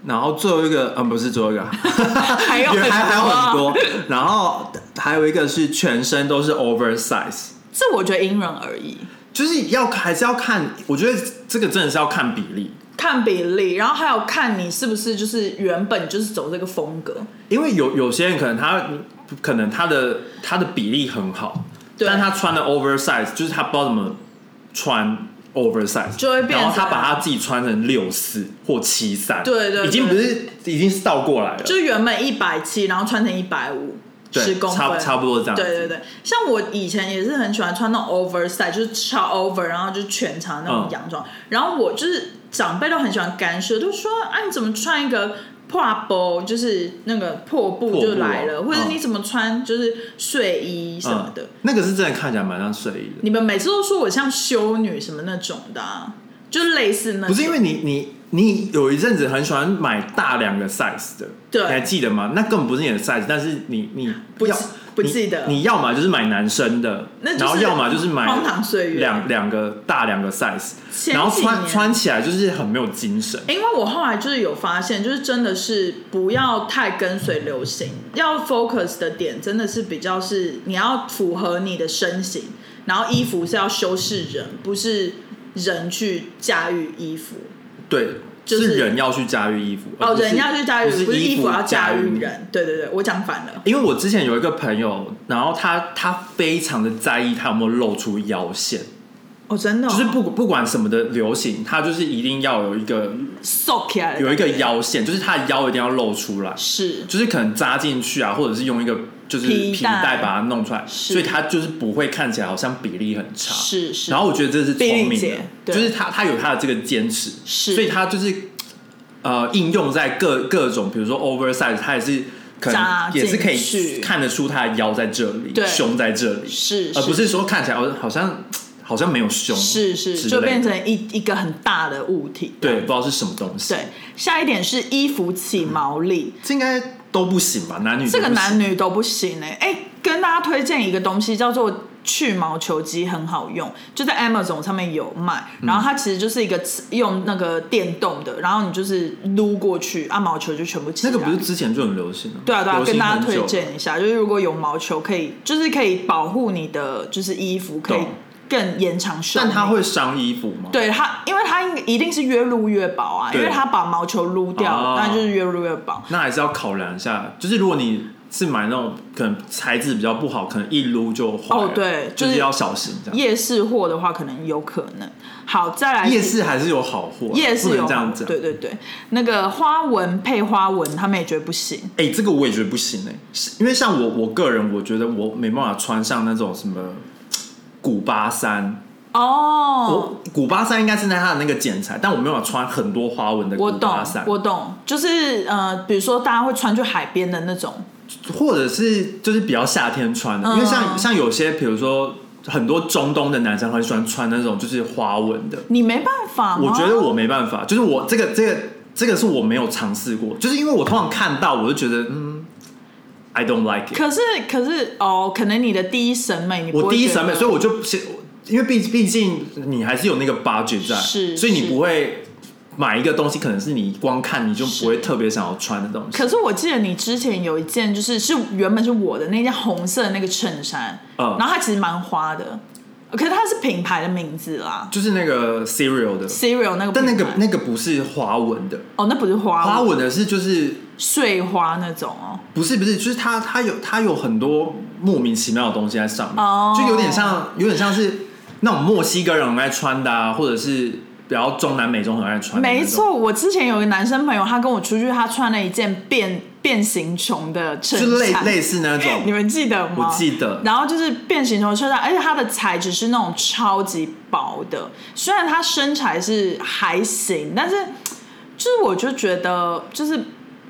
Speaker 1: 然后最后一个，啊，不是最后一个，
Speaker 2: 还有
Speaker 1: 原来 还有
Speaker 2: 啊
Speaker 1: 很，多。然后还有一个是全身都是 oversize，
Speaker 2: 这我觉得因人而异。
Speaker 1: 就是要还是要看，我觉得这个真的是要看比例，
Speaker 2: 看比例，然后还有看你是不是就是原本就是走这个风格，
Speaker 1: 因为有有些人可能他可能他的他的比例很好，
Speaker 2: 对
Speaker 1: 但他穿的 oversize，就是他不知道怎么穿 oversize，
Speaker 2: 就会变成
Speaker 1: 然后他把他自己穿成六四或七三，
Speaker 2: 对对对
Speaker 1: 已经不是已经是倒过来了，
Speaker 2: 就是原本一百七，然后穿成一百五。
Speaker 1: 对
Speaker 2: 十公分，
Speaker 1: 差不差不多这样子
Speaker 2: 对对对，像我以前也是很喜欢穿那种 oversize，就是超 over，然后就是全长那种
Speaker 1: 嗯
Speaker 2: 洋装。然后我就是长辈都很喜欢干涉，都说啊你怎么穿一个破布，就是那个破布
Speaker 1: 破
Speaker 2: 就
Speaker 1: 布
Speaker 2: 来
Speaker 1: 哦
Speaker 2: 了，或者
Speaker 1: 嗯
Speaker 2: 你怎么穿就是睡衣什么的。
Speaker 1: 嗯，那个是真的看起来蛮像睡衣的。
Speaker 2: 你们每次都说我像修女什么那种的、啊，就类似那种。
Speaker 1: 不是因为你你你有一阵子很喜欢买大两个 size 的，
Speaker 2: 对
Speaker 1: 你还记得吗？那根本不是你的 size，但是你你
Speaker 2: 不
Speaker 1: 要
Speaker 2: 记不记得
Speaker 1: 你，你要么就是买男生的，
Speaker 2: 那就是
Speaker 1: 然后要么就是买
Speaker 2: 荒唐岁月
Speaker 1: 两两个大两个 size，
Speaker 2: 前几年
Speaker 1: 然后穿穿起来就是很没有精神。
Speaker 2: 因为我后来就是有发现，就是真的是不要太跟随流行，要 focus 的点真的是比较是你要符合你的身形，然后衣服是要修饰人，不是人去驾驭衣服。
Speaker 1: 对，
Speaker 2: 就是
Speaker 1: 是人要去驾驭衣服，而
Speaker 2: 哦，
Speaker 1: 不是
Speaker 2: 人要去驾驭，
Speaker 1: 不
Speaker 2: 不是
Speaker 1: 衣
Speaker 2: 衣服要
Speaker 1: 驾
Speaker 2: 驾驭
Speaker 1: 驭。
Speaker 2: 人。对对对，我讲反了。
Speaker 1: 因为我之前有一个朋友，然后他他非常的在意他有没有露出腰线，
Speaker 2: 哦，真的、哦，
Speaker 1: 就是不不管什么的流行，他就是一定要有一个
Speaker 2: 嗯瘦起来的
Speaker 1: 有一个
Speaker 2: 感觉
Speaker 1: 腰线，就是他的腰一定要露出来，
Speaker 2: 是
Speaker 1: 就是可能扎进去啊，或者是用一个就是
Speaker 2: 皮带
Speaker 1: 皮带把它弄出来，
Speaker 2: 是
Speaker 1: 所以他就是不会看起来好像比例很差。
Speaker 2: 是是，
Speaker 1: 然后我觉得这是聪
Speaker 2: 比例
Speaker 1: 明的
Speaker 2: 姐，对
Speaker 1: 就是他他有他的这个坚持，
Speaker 2: 是
Speaker 1: 所以他就是呃应用在各各种，比如说 oversize，他也是可
Speaker 2: 扎
Speaker 1: 能也是可
Speaker 2: 进去
Speaker 1: 以看得出他的腰在这里
Speaker 2: 对，
Speaker 1: 胸在这里，
Speaker 2: 是
Speaker 1: 而不是说看起来好像好像好像没有胸，
Speaker 2: 是是，
Speaker 1: 之
Speaker 2: 就
Speaker 1: 类
Speaker 2: 变
Speaker 1: 的
Speaker 2: 成一一个很大的物体。
Speaker 1: 对，不知道是什么东西，
Speaker 2: 对，下一点是衣服起毛粒，
Speaker 1: 这应该都不行吧？男女
Speaker 2: 这个
Speaker 1: 都不行
Speaker 2: 男女都啊不行 哎、欸、哎、跟大家推荐一个东西叫做去毛球机，很好用，就在 Amazon 上面有卖。然后它其实就是一个刺用那个电动的，然后你就是撸过去，啊毛球就全部起
Speaker 1: 那
Speaker 2: 来。
Speaker 1: 个不是之前就很流行吗？
Speaker 2: 对啊对啊，
Speaker 1: 流行
Speaker 2: 跟大家
Speaker 1: 很久
Speaker 2: 推荐一下，就是如果有毛球，可以就是可以保护你的就是衣服，可以
Speaker 1: 懂
Speaker 2: 更延长寿命。
Speaker 1: 但它会伤衣服吗？
Speaker 2: 对它，因为它应一定是越撸越薄啊，因
Speaker 1: 对
Speaker 2: 为它把毛球撸掉，
Speaker 1: 哦
Speaker 2: 那就是越撸越薄。
Speaker 1: 那还是要考量一下，就是如果你是买那种可能材质比较不好，可能一撸就坏了
Speaker 2: 哦对
Speaker 1: 就
Speaker 2: 就是
Speaker 1: 是要小心这样。
Speaker 2: 夜市货的话，可能有可能。好，再来
Speaker 1: 夜市还是有好货啊，
Speaker 2: 夜市
Speaker 1: 不
Speaker 2: 有
Speaker 1: 能这样讲。
Speaker 2: 对对对，那个花纹配花纹，他们也觉得不行。
Speaker 1: 哎、这个我也觉得不行哎、是因为像我我个人，我觉得我没办法穿上那种什么古巴衫。
Speaker 2: 哦，
Speaker 1: 我古巴衫应该是在它的那个剪裁，但我没有穿很多花纹的
Speaker 2: 我
Speaker 1: 古
Speaker 2: 懂
Speaker 1: 巴衫，，
Speaker 2: 我懂，就是呃，比如说大家会穿去海边的那种，
Speaker 1: 或者是就是比较夏天穿的，因为像
Speaker 2: 嗯
Speaker 1: 像有些比如说很多中东的男生很喜欢穿那种就是花纹的，
Speaker 2: 你没办法吗
Speaker 1: 我觉得我没办法，就是我这个这个这个是我没有尝试过，就是因为我通常看到我就觉得嗯，I don't like it，
Speaker 2: 可是可是哦，可能你的第一审美，你不
Speaker 1: 我
Speaker 2: 会
Speaker 1: 第一
Speaker 2: 觉得
Speaker 1: 审美，所以我就先，因为毕毕竟你还是有那个 budget 在，
Speaker 2: 是
Speaker 1: 所以你
Speaker 2: 是
Speaker 1: 不会买一个东西，可能是你光看你就不会特别想要穿的东西。
Speaker 2: 可是我记得你之前有一件，就是是原本是我的那件红色的那个衬衫，
Speaker 1: 嗯
Speaker 2: 然后它其实蛮花的，可是它是品牌的名字啦
Speaker 1: 就是那个 cereal 的，
Speaker 2: ，Serial 那个品牌，
Speaker 1: 但那个那个不是花纹的，
Speaker 2: 哦，那不是花
Speaker 1: 花纹的是就是
Speaker 2: 碎花那种哦，
Speaker 1: 不是不是，就是它它有它有很多莫名其妙的东西在上面，
Speaker 2: 哦
Speaker 1: 就有点像有点像是那种墨西哥人很爱穿的、啊，或者是比较中南美洲很爱穿的那种。
Speaker 2: 没错，我之前有个男生朋友，他跟我出去，他穿了一件变变形虫的衬
Speaker 1: 就类
Speaker 2: 衫，
Speaker 1: 类似那种，
Speaker 2: 哎你们记得吗？
Speaker 1: 我记得
Speaker 2: 然后就是变形虫的衬衫，而且它的材质是那种超级薄的，虽然他身材是还行，但是就是我就觉得就是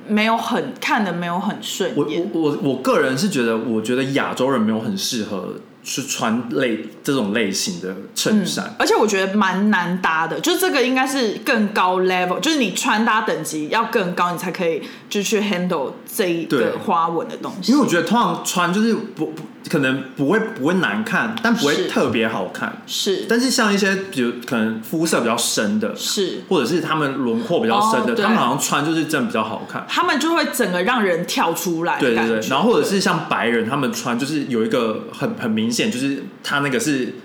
Speaker 2: 没有很看的没有很顺
Speaker 1: 我
Speaker 2: 眼。
Speaker 1: 我我我个人是觉得，我觉得亚洲人没有很适合去穿类这种类型的衬衫。
Speaker 2: 而且我觉得蛮难搭的，就是这个应该是更高 level，就是你穿搭等级要更高，你才可以就去 handle 这一
Speaker 1: 对
Speaker 2: 个花纹的东西。
Speaker 1: 因为我觉得通常穿就是不不可能不会不会难看，但不
Speaker 2: 是
Speaker 1: 会特别好看。
Speaker 2: 是
Speaker 1: 但是像一些比如可能肤色比较深的，
Speaker 2: 是，
Speaker 1: 或者是他们轮廓比较深的，
Speaker 2: 哦对
Speaker 1: 他们好像穿就是真的比较好看。
Speaker 2: 他们就会整个让人跳出来
Speaker 1: 对对
Speaker 2: 的感觉。
Speaker 1: 对，然后或者是像白人，他们穿就是有一个很很明显，就是他那个是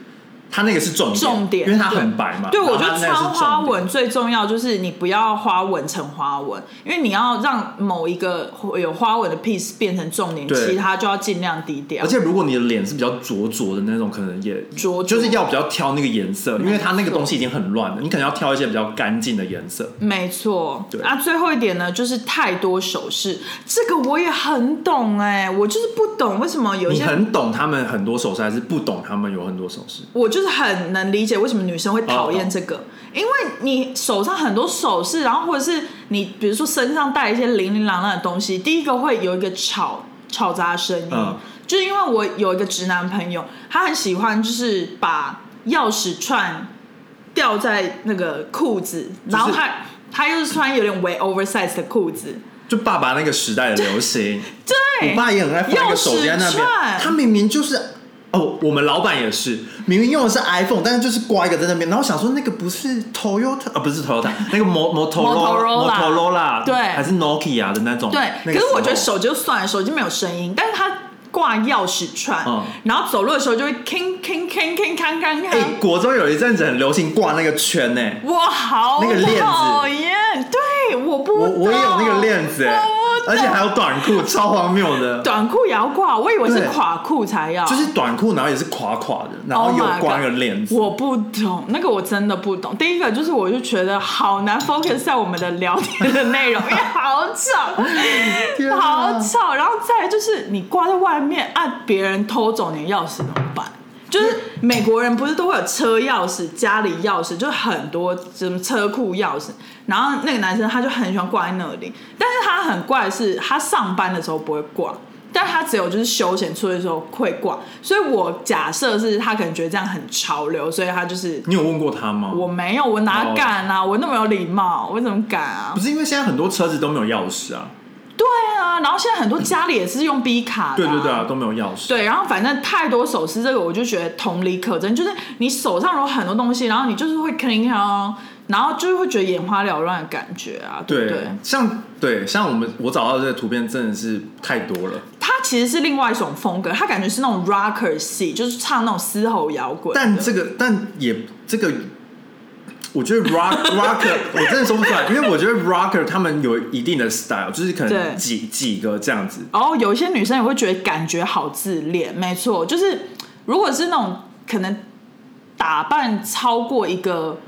Speaker 1: 他那个是重点，
Speaker 2: 重点
Speaker 1: 因为他很白嘛。
Speaker 2: 对，我觉
Speaker 1: 然
Speaker 2: 得
Speaker 1: 后他那个是
Speaker 2: 穿
Speaker 1: 重
Speaker 2: 花
Speaker 1: 点
Speaker 2: 纹最重要就是你不要花纹成花纹，因为你要让某一个有花纹的 piece 变成重点，
Speaker 1: 对
Speaker 2: 其他就要尽量低调
Speaker 1: 而。且如果你的脸是比较灼灼的那种，可能也
Speaker 2: 灼灼
Speaker 1: 就是要比较挑那个颜色，因为它那
Speaker 2: 没
Speaker 1: 个
Speaker 2: 错
Speaker 1: 东西已经很乱了，你可能要挑一些比较干净的颜色。
Speaker 2: 没错
Speaker 1: 对，
Speaker 2: 啊，最后一点呢，就是太多首饰，这个我也很懂哎、我就是不懂为什么有一
Speaker 1: 你
Speaker 2: 些，
Speaker 1: 很懂他们很多首饰，还是不懂他们有很多首饰？
Speaker 2: 我就是很能理解为什么女生会讨
Speaker 1: 哦
Speaker 2: 厌
Speaker 1: 哦
Speaker 2: 这个，因为你手上很多首饰，然后或者是你比如说身上带一些零零琅琅的东西，第一个会有一个吵吵杂声音，
Speaker 1: 嗯
Speaker 2: 就是因为我有一个直男朋友，他很喜欢就是把钥匙串吊在那个裤子，然后他、他又是穿有点微 oversize 的裤子，
Speaker 1: 就爸爸那个时代的流行，
Speaker 2: 对，
Speaker 1: 我爸也很爱放一个手机在那
Speaker 2: 钥匙
Speaker 1: 边
Speaker 2: 串，
Speaker 1: 他明明就是。哦，我们老板也是，明明用的是 iPhone，但是就是挂一个在那边。然后我想说，那个不是 Toyota 啊，不是 Toyota，那个 Mo Motorola
Speaker 2: Motorola
Speaker 1: Motorola
Speaker 2: 对
Speaker 1: 还是 Nokia 的那种。
Speaker 2: 对，
Speaker 1: 那个
Speaker 2: 可是我
Speaker 1: 时
Speaker 2: 觉得
Speaker 1: 候
Speaker 2: 手机就算了，手机没有声音，但是他挂钥匙串，
Speaker 1: 嗯
Speaker 2: 然后走路的时候就会 king king king king 康康
Speaker 1: 哎、
Speaker 2: 康，
Speaker 1: 国中有一阵子很流行挂那个圈哎呢、
Speaker 2: 我好
Speaker 1: 那个链子
Speaker 2: 讨厌，对，我不
Speaker 1: 我我也有那个链子、哎
Speaker 2: 我不懂
Speaker 1: 而且还有短 裤，超荒谬的，
Speaker 2: 短裤也要挂，我以为是
Speaker 1: 对
Speaker 2: 垮裤才要，
Speaker 1: 就是短裤，然后也是垮垮的，然后
Speaker 2: Oh
Speaker 1: 有
Speaker 2: my
Speaker 1: 挂
Speaker 2: God
Speaker 1: 那个链子。
Speaker 2: 我不懂，那个我真的不懂。第一个就是，我就觉得好难 focus 在我们的聊天的内容，因为好
Speaker 1: 天啊
Speaker 2: 吵，
Speaker 1: 哪
Speaker 2: 好吵。然后再来就是，你挂在外面，按别人偷走你的钥匙怎么办？就是美国人不是都会有车钥匙、家里钥匙，就是很多什么车库钥匙。然后那个男生他就很喜欢挂在那里，但是他很怪的是，他上班的时候不会挂，但他只有就是休闲出去的时候会挂，所以我假设是他可能觉得这样很潮流，所以他就是
Speaker 1: 你有问过他吗？
Speaker 2: 我没有，我哪敢啊，我那么有礼貌，我怎么敢啊
Speaker 1: 不？是因为现在很多车子都没有钥匙啊，
Speaker 2: 对啊，然后现在很多家里也是用 B 卡的、
Speaker 1: 对对对啊，都没有钥匙。
Speaker 2: 对，然后反正太多首饰，这个我就觉得同理可证，就是你手上有很多东西，然后你就是会吭吭哦，然后就是会觉得眼花缭乱的感觉啊，对不对？
Speaker 1: 像对像我们我找到的这个图片真的是太多了，
Speaker 2: 它其实是另外一种风格，它感觉是那种 rocker 系，就是唱那种嘶吼摇滚的。
Speaker 1: 但这个但也这个，我觉得 rock rocker 我真的说不出来，因为我觉得 rocker 他们有一定的 style，就是可
Speaker 2: 对
Speaker 1: 能几几个这样子，
Speaker 2: 然后有一些女生也会觉得感觉好自恋，没错，就是如果是那种可能打扮超过一个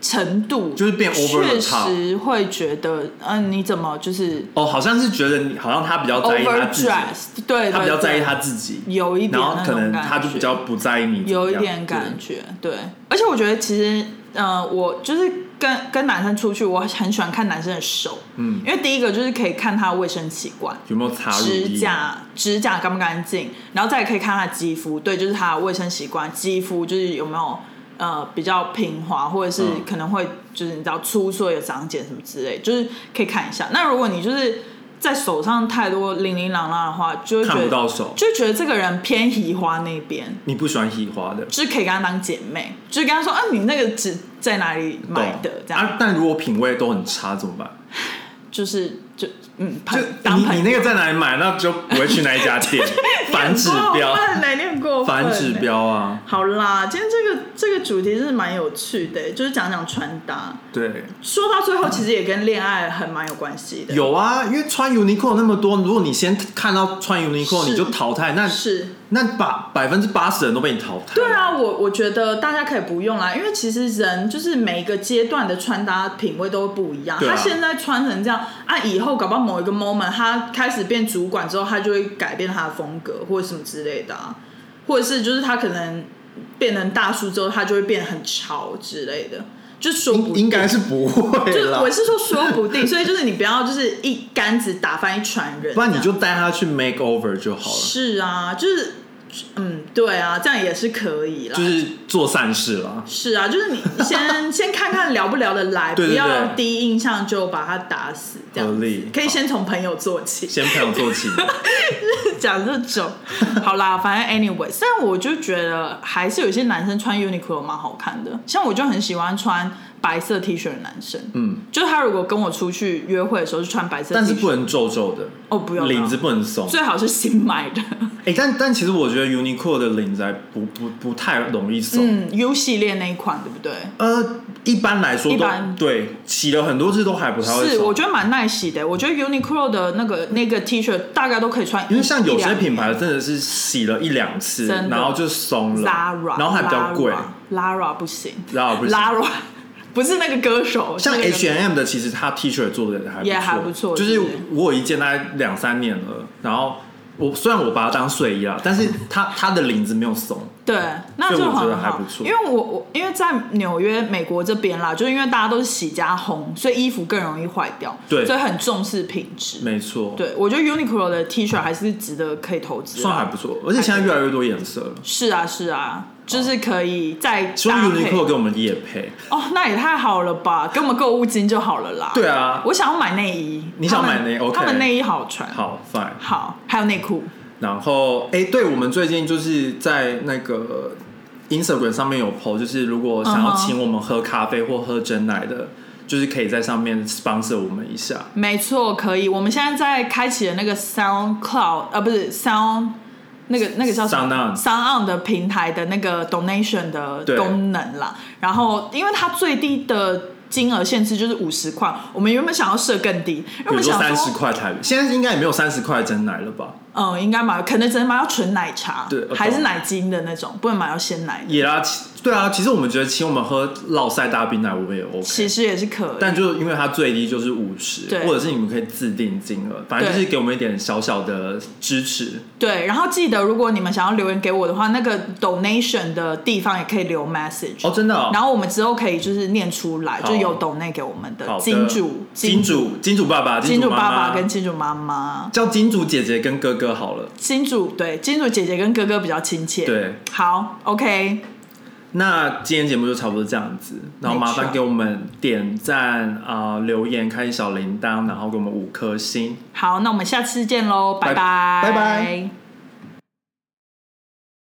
Speaker 2: 程度，
Speaker 1: 就是变 over the
Speaker 2: 确
Speaker 1: top
Speaker 2: 实会觉得，嗯、你怎么就是
Speaker 1: 哦，好像是觉得你好像他比较在意他自己，
Speaker 2: overdress？对，对
Speaker 1: 他比较在意
Speaker 2: 对
Speaker 1: 他自己，
Speaker 2: 有一
Speaker 1: 然
Speaker 2: 点那
Speaker 1: 后
Speaker 2: 种
Speaker 1: 可能
Speaker 2: 感
Speaker 1: 他就
Speaker 2: 觉
Speaker 1: 比较不在意你怎么样，
Speaker 2: 有一点感
Speaker 1: 对。
Speaker 2: 觉，对。而且我觉得其实，呃，我就是跟跟男生出去，我很喜欢看男生的手，
Speaker 1: 嗯，
Speaker 2: 因为第一个就是可以看他的卫生习惯，
Speaker 1: 有没有擦乳液
Speaker 2: 指甲指甲干不干净，然后再可以看他的肌肤，对，就是他的卫生习惯，肌肤就是有没有呃比较平滑，或者是
Speaker 1: 嗯
Speaker 2: 可能会就是你知道出错有长茧什么之类，就是可以看一下。那如果你就是在手上太多零零琅琅的话，就会觉
Speaker 1: 看不
Speaker 2: 得
Speaker 1: 到手，
Speaker 2: 就会觉得这个人偏移花那边。
Speaker 1: 你不喜欢喜花的，
Speaker 2: 就是可以跟她当姐妹，就是跟她说啊，你那个纸在哪里买的？
Speaker 1: 懂
Speaker 2: 这样、
Speaker 1: 啊。但如果品味都很差怎么办？
Speaker 2: 就是就嗯，
Speaker 1: 就
Speaker 2: 朋当
Speaker 1: 你
Speaker 2: 朋
Speaker 1: 你
Speaker 2: 友
Speaker 1: 那个在哪里买，那就不会去那一家 店，反指标
Speaker 2: 你，很过分欸你很 过分欸
Speaker 1: 反指标啊，
Speaker 2: 好啦，今天这个这个主题是蛮有趣的欸、就是讲讲穿搭。
Speaker 1: 对，
Speaker 2: 说到最后，其实也跟恋爱很蛮有关系的。
Speaker 1: 有啊，因为穿 Uniqlo 那么多，如果你先看到穿 Uniqlo
Speaker 2: 是
Speaker 1: 你就淘汰，那
Speaker 2: 是，
Speaker 1: 那百百分之八十人都被你淘汰，
Speaker 2: 对，啊，我我觉得大家可以不用啦，因为其实人就是每一个阶段的穿搭品味都不一样。
Speaker 1: 对啊
Speaker 2: 他现在穿成这样，啊，以后搞不好某一个 moment 他开始变主管之后，他就会改变他的风格或者什么之类的、啊，或者是就是他可能变成大叔之后，他就会变得很潮之类的，就说不
Speaker 1: 应应该是不会
Speaker 2: 就是
Speaker 1: 啦
Speaker 2: 我，是说说不定，所以就是你不要就是一竿子打翻一船人，
Speaker 1: 不然你
Speaker 2: 这
Speaker 1: 就
Speaker 2: 样
Speaker 1: 带他去 make over 就好了，
Speaker 2: 是啊，就是嗯，对啊，这样也是可以啦。
Speaker 1: 就是做善事啦。
Speaker 2: 是啊，就是你 先先看看聊不聊得来，
Speaker 1: 对对
Speaker 2: 不要
Speaker 1: 对
Speaker 2: 第一印象就把他打死，这样
Speaker 1: 合
Speaker 2: 子
Speaker 1: 理
Speaker 2: 可以
Speaker 1: 好
Speaker 2: 先从朋友做起，
Speaker 1: 先朋友做起，
Speaker 2: 讲这 种。好啦，反正 anyway，但我就觉得还是有些男生穿 Uniqlo 蛮好看的，像我就很喜欢穿白色 T 恤的男生，
Speaker 1: 嗯，
Speaker 2: 就是他如果跟我出去约会的时候是穿白色 T 恤，
Speaker 1: 但是不能皱皱的，
Speaker 2: 哦不用
Speaker 1: 领子不能松。
Speaker 2: 最好是新买的，
Speaker 1: 哎、但但其实我觉得 Uniqlo 的领子还不不不太容易松。
Speaker 2: 嗯，U 系列那一款对不对？
Speaker 1: 呃，一般来说
Speaker 2: 一
Speaker 1: 都
Speaker 2: 般
Speaker 1: 对，洗了很多次都还不太会
Speaker 2: 是，
Speaker 1: 松
Speaker 2: 我。觉得蛮耐洗的。我觉得 Uniqlo 的那个那个 T 恤大概都可以穿一，
Speaker 1: 因为像有
Speaker 2: 一
Speaker 1: 些
Speaker 2: 两
Speaker 1: 品牌真的是洗了一两次，
Speaker 2: 真的
Speaker 1: 然后就松了
Speaker 2: Zara，
Speaker 1: 然后还比较贵。
Speaker 2: ，Lara 不行
Speaker 1: Zara 不行
Speaker 2: ，Lara 不是那个歌手，
Speaker 1: 像 H&M，
Speaker 2: 是那个
Speaker 1: H M 的，其实它 T 恤做的还不错
Speaker 2: 也还不错
Speaker 1: 就是
Speaker 2: 对不对
Speaker 1: 我有一件大概两三年了，然后我虽然我把它当睡衣啦，但是它它的领子没有松，
Speaker 2: 对，那就
Speaker 1: 所以
Speaker 2: 很
Speaker 1: 我觉得
Speaker 2: 好
Speaker 1: 还不错
Speaker 2: 因为我我因为在纽约美国这边啦，就是因为大家都是洗加烘，所以衣服更容易坏掉，
Speaker 1: 对
Speaker 2: 所以很重视品质。
Speaker 1: 没错，，
Speaker 2: 对，我觉得 Uniqlo 的 T 恤还是值得可以投资啊，
Speaker 1: 算还不错，而且现在越来越多颜色了。
Speaker 2: 是啊，是啊，就是可以再
Speaker 1: 希望
Speaker 2: 搭配。
Speaker 1: Uniqlo 给我们夜配，
Speaker 2: 哦，那也太好了吧，给我们购物金就好了啦。
Speaker 1: 对啊
Speaker 2: 我想要买内衣。
Speaker 1: 你想
Speaker 2: 他们
Speaker 1: 买内，OK
Speaker 2: 他们内衣好穿。
Speaker 1: 好 fine。
Speaker 2: 好，还有内裤。
Speaker 1: 然后，哎，对，我们最近就是在那个 Instagram 上面有 po，就是如果想
Speaker 2: 嗯
Speaker 1: 要
Speaker 2: 哼
Speaker 1: 请我们喝咖啡或喝真奶的，就是可以在上面 sponsor 我们一下。
Speaker 2: 没错，可以。我们现在在开启的那个 SoundCloud，呃，不是 Sound，那个那个叫什么
Speaker 1: Sound On
Speaker 2: Sound On 的平台的那个 donation 的
Speaker 1: 对
Speaker 2: 功能啦。然后，因为它最低的金额限制就是五十块，我们原本想要设更低，因为我
Speaker 1: 比如
Speaker 2: 们
Speaker 1: 说
Speaker 2: 想
Speaker 1: 三十，块台币，现在应该也没有三十块真奶了吧？
Speaker 2: 嗯，应该买，可能只能买到纯奶茶，
Speaker 1: 对我懂
Speaker 2: 还是奶精的那种，不能买到鲜奶的。
Speaker 1: 也啦，对啊，其实我们觉得请我们喝烙塞大冰奶，我们也 OK。
Speaker 2: 其实也是可以。
Speaker 1: 但就是因为它最低就是五十，
Speaker 2: 对
Speaker 1: 或者是你们可以自定金额，反正就是给我们一点小小的支持。
Speaker 2: 对，然后记得如果你们想要留言给我的话，那个 donation 的地方也可以留 message，、
Speaker 1: 哦，真的、哦，
Speaker 2: 然后我们之后可以就是念出来，
Speaker 1: 好
Speaker 2: 就有 donate 给我们
Speaker 1: 好
Speaker 2: 的
Speaker 1: 的
Speaker 2: 金主、
Speaker 1: 金主、金主爸爸、
Speaker 2: 金
Speaker 1: 主
Speaker 2: 主
Speaker 1: 妈
Speaker 2: 爸
Speaker 1: 妈
Speaker 2: 爸跟金主妈妈，
Speaker 1: 叫金主姐姐跟哥哥好了。
Speaker 2: 金主对金主姐姐跟哥哥比较亲切。，
Speaker 1: 对，
Speaker 2: 好，OK，
Speaker 1: 那今天节目就差不多这样子，然后麻
Speaker 2: 没
Speaker 1: 烦
Speaker 2: 错
Speaker 1: 给我们点赞啊、呃留言、开小铃铛，然后给我们五颗星。
Speaker 2: 好，那我们下次见喽，拜
Speaker 1: 拜拜拜。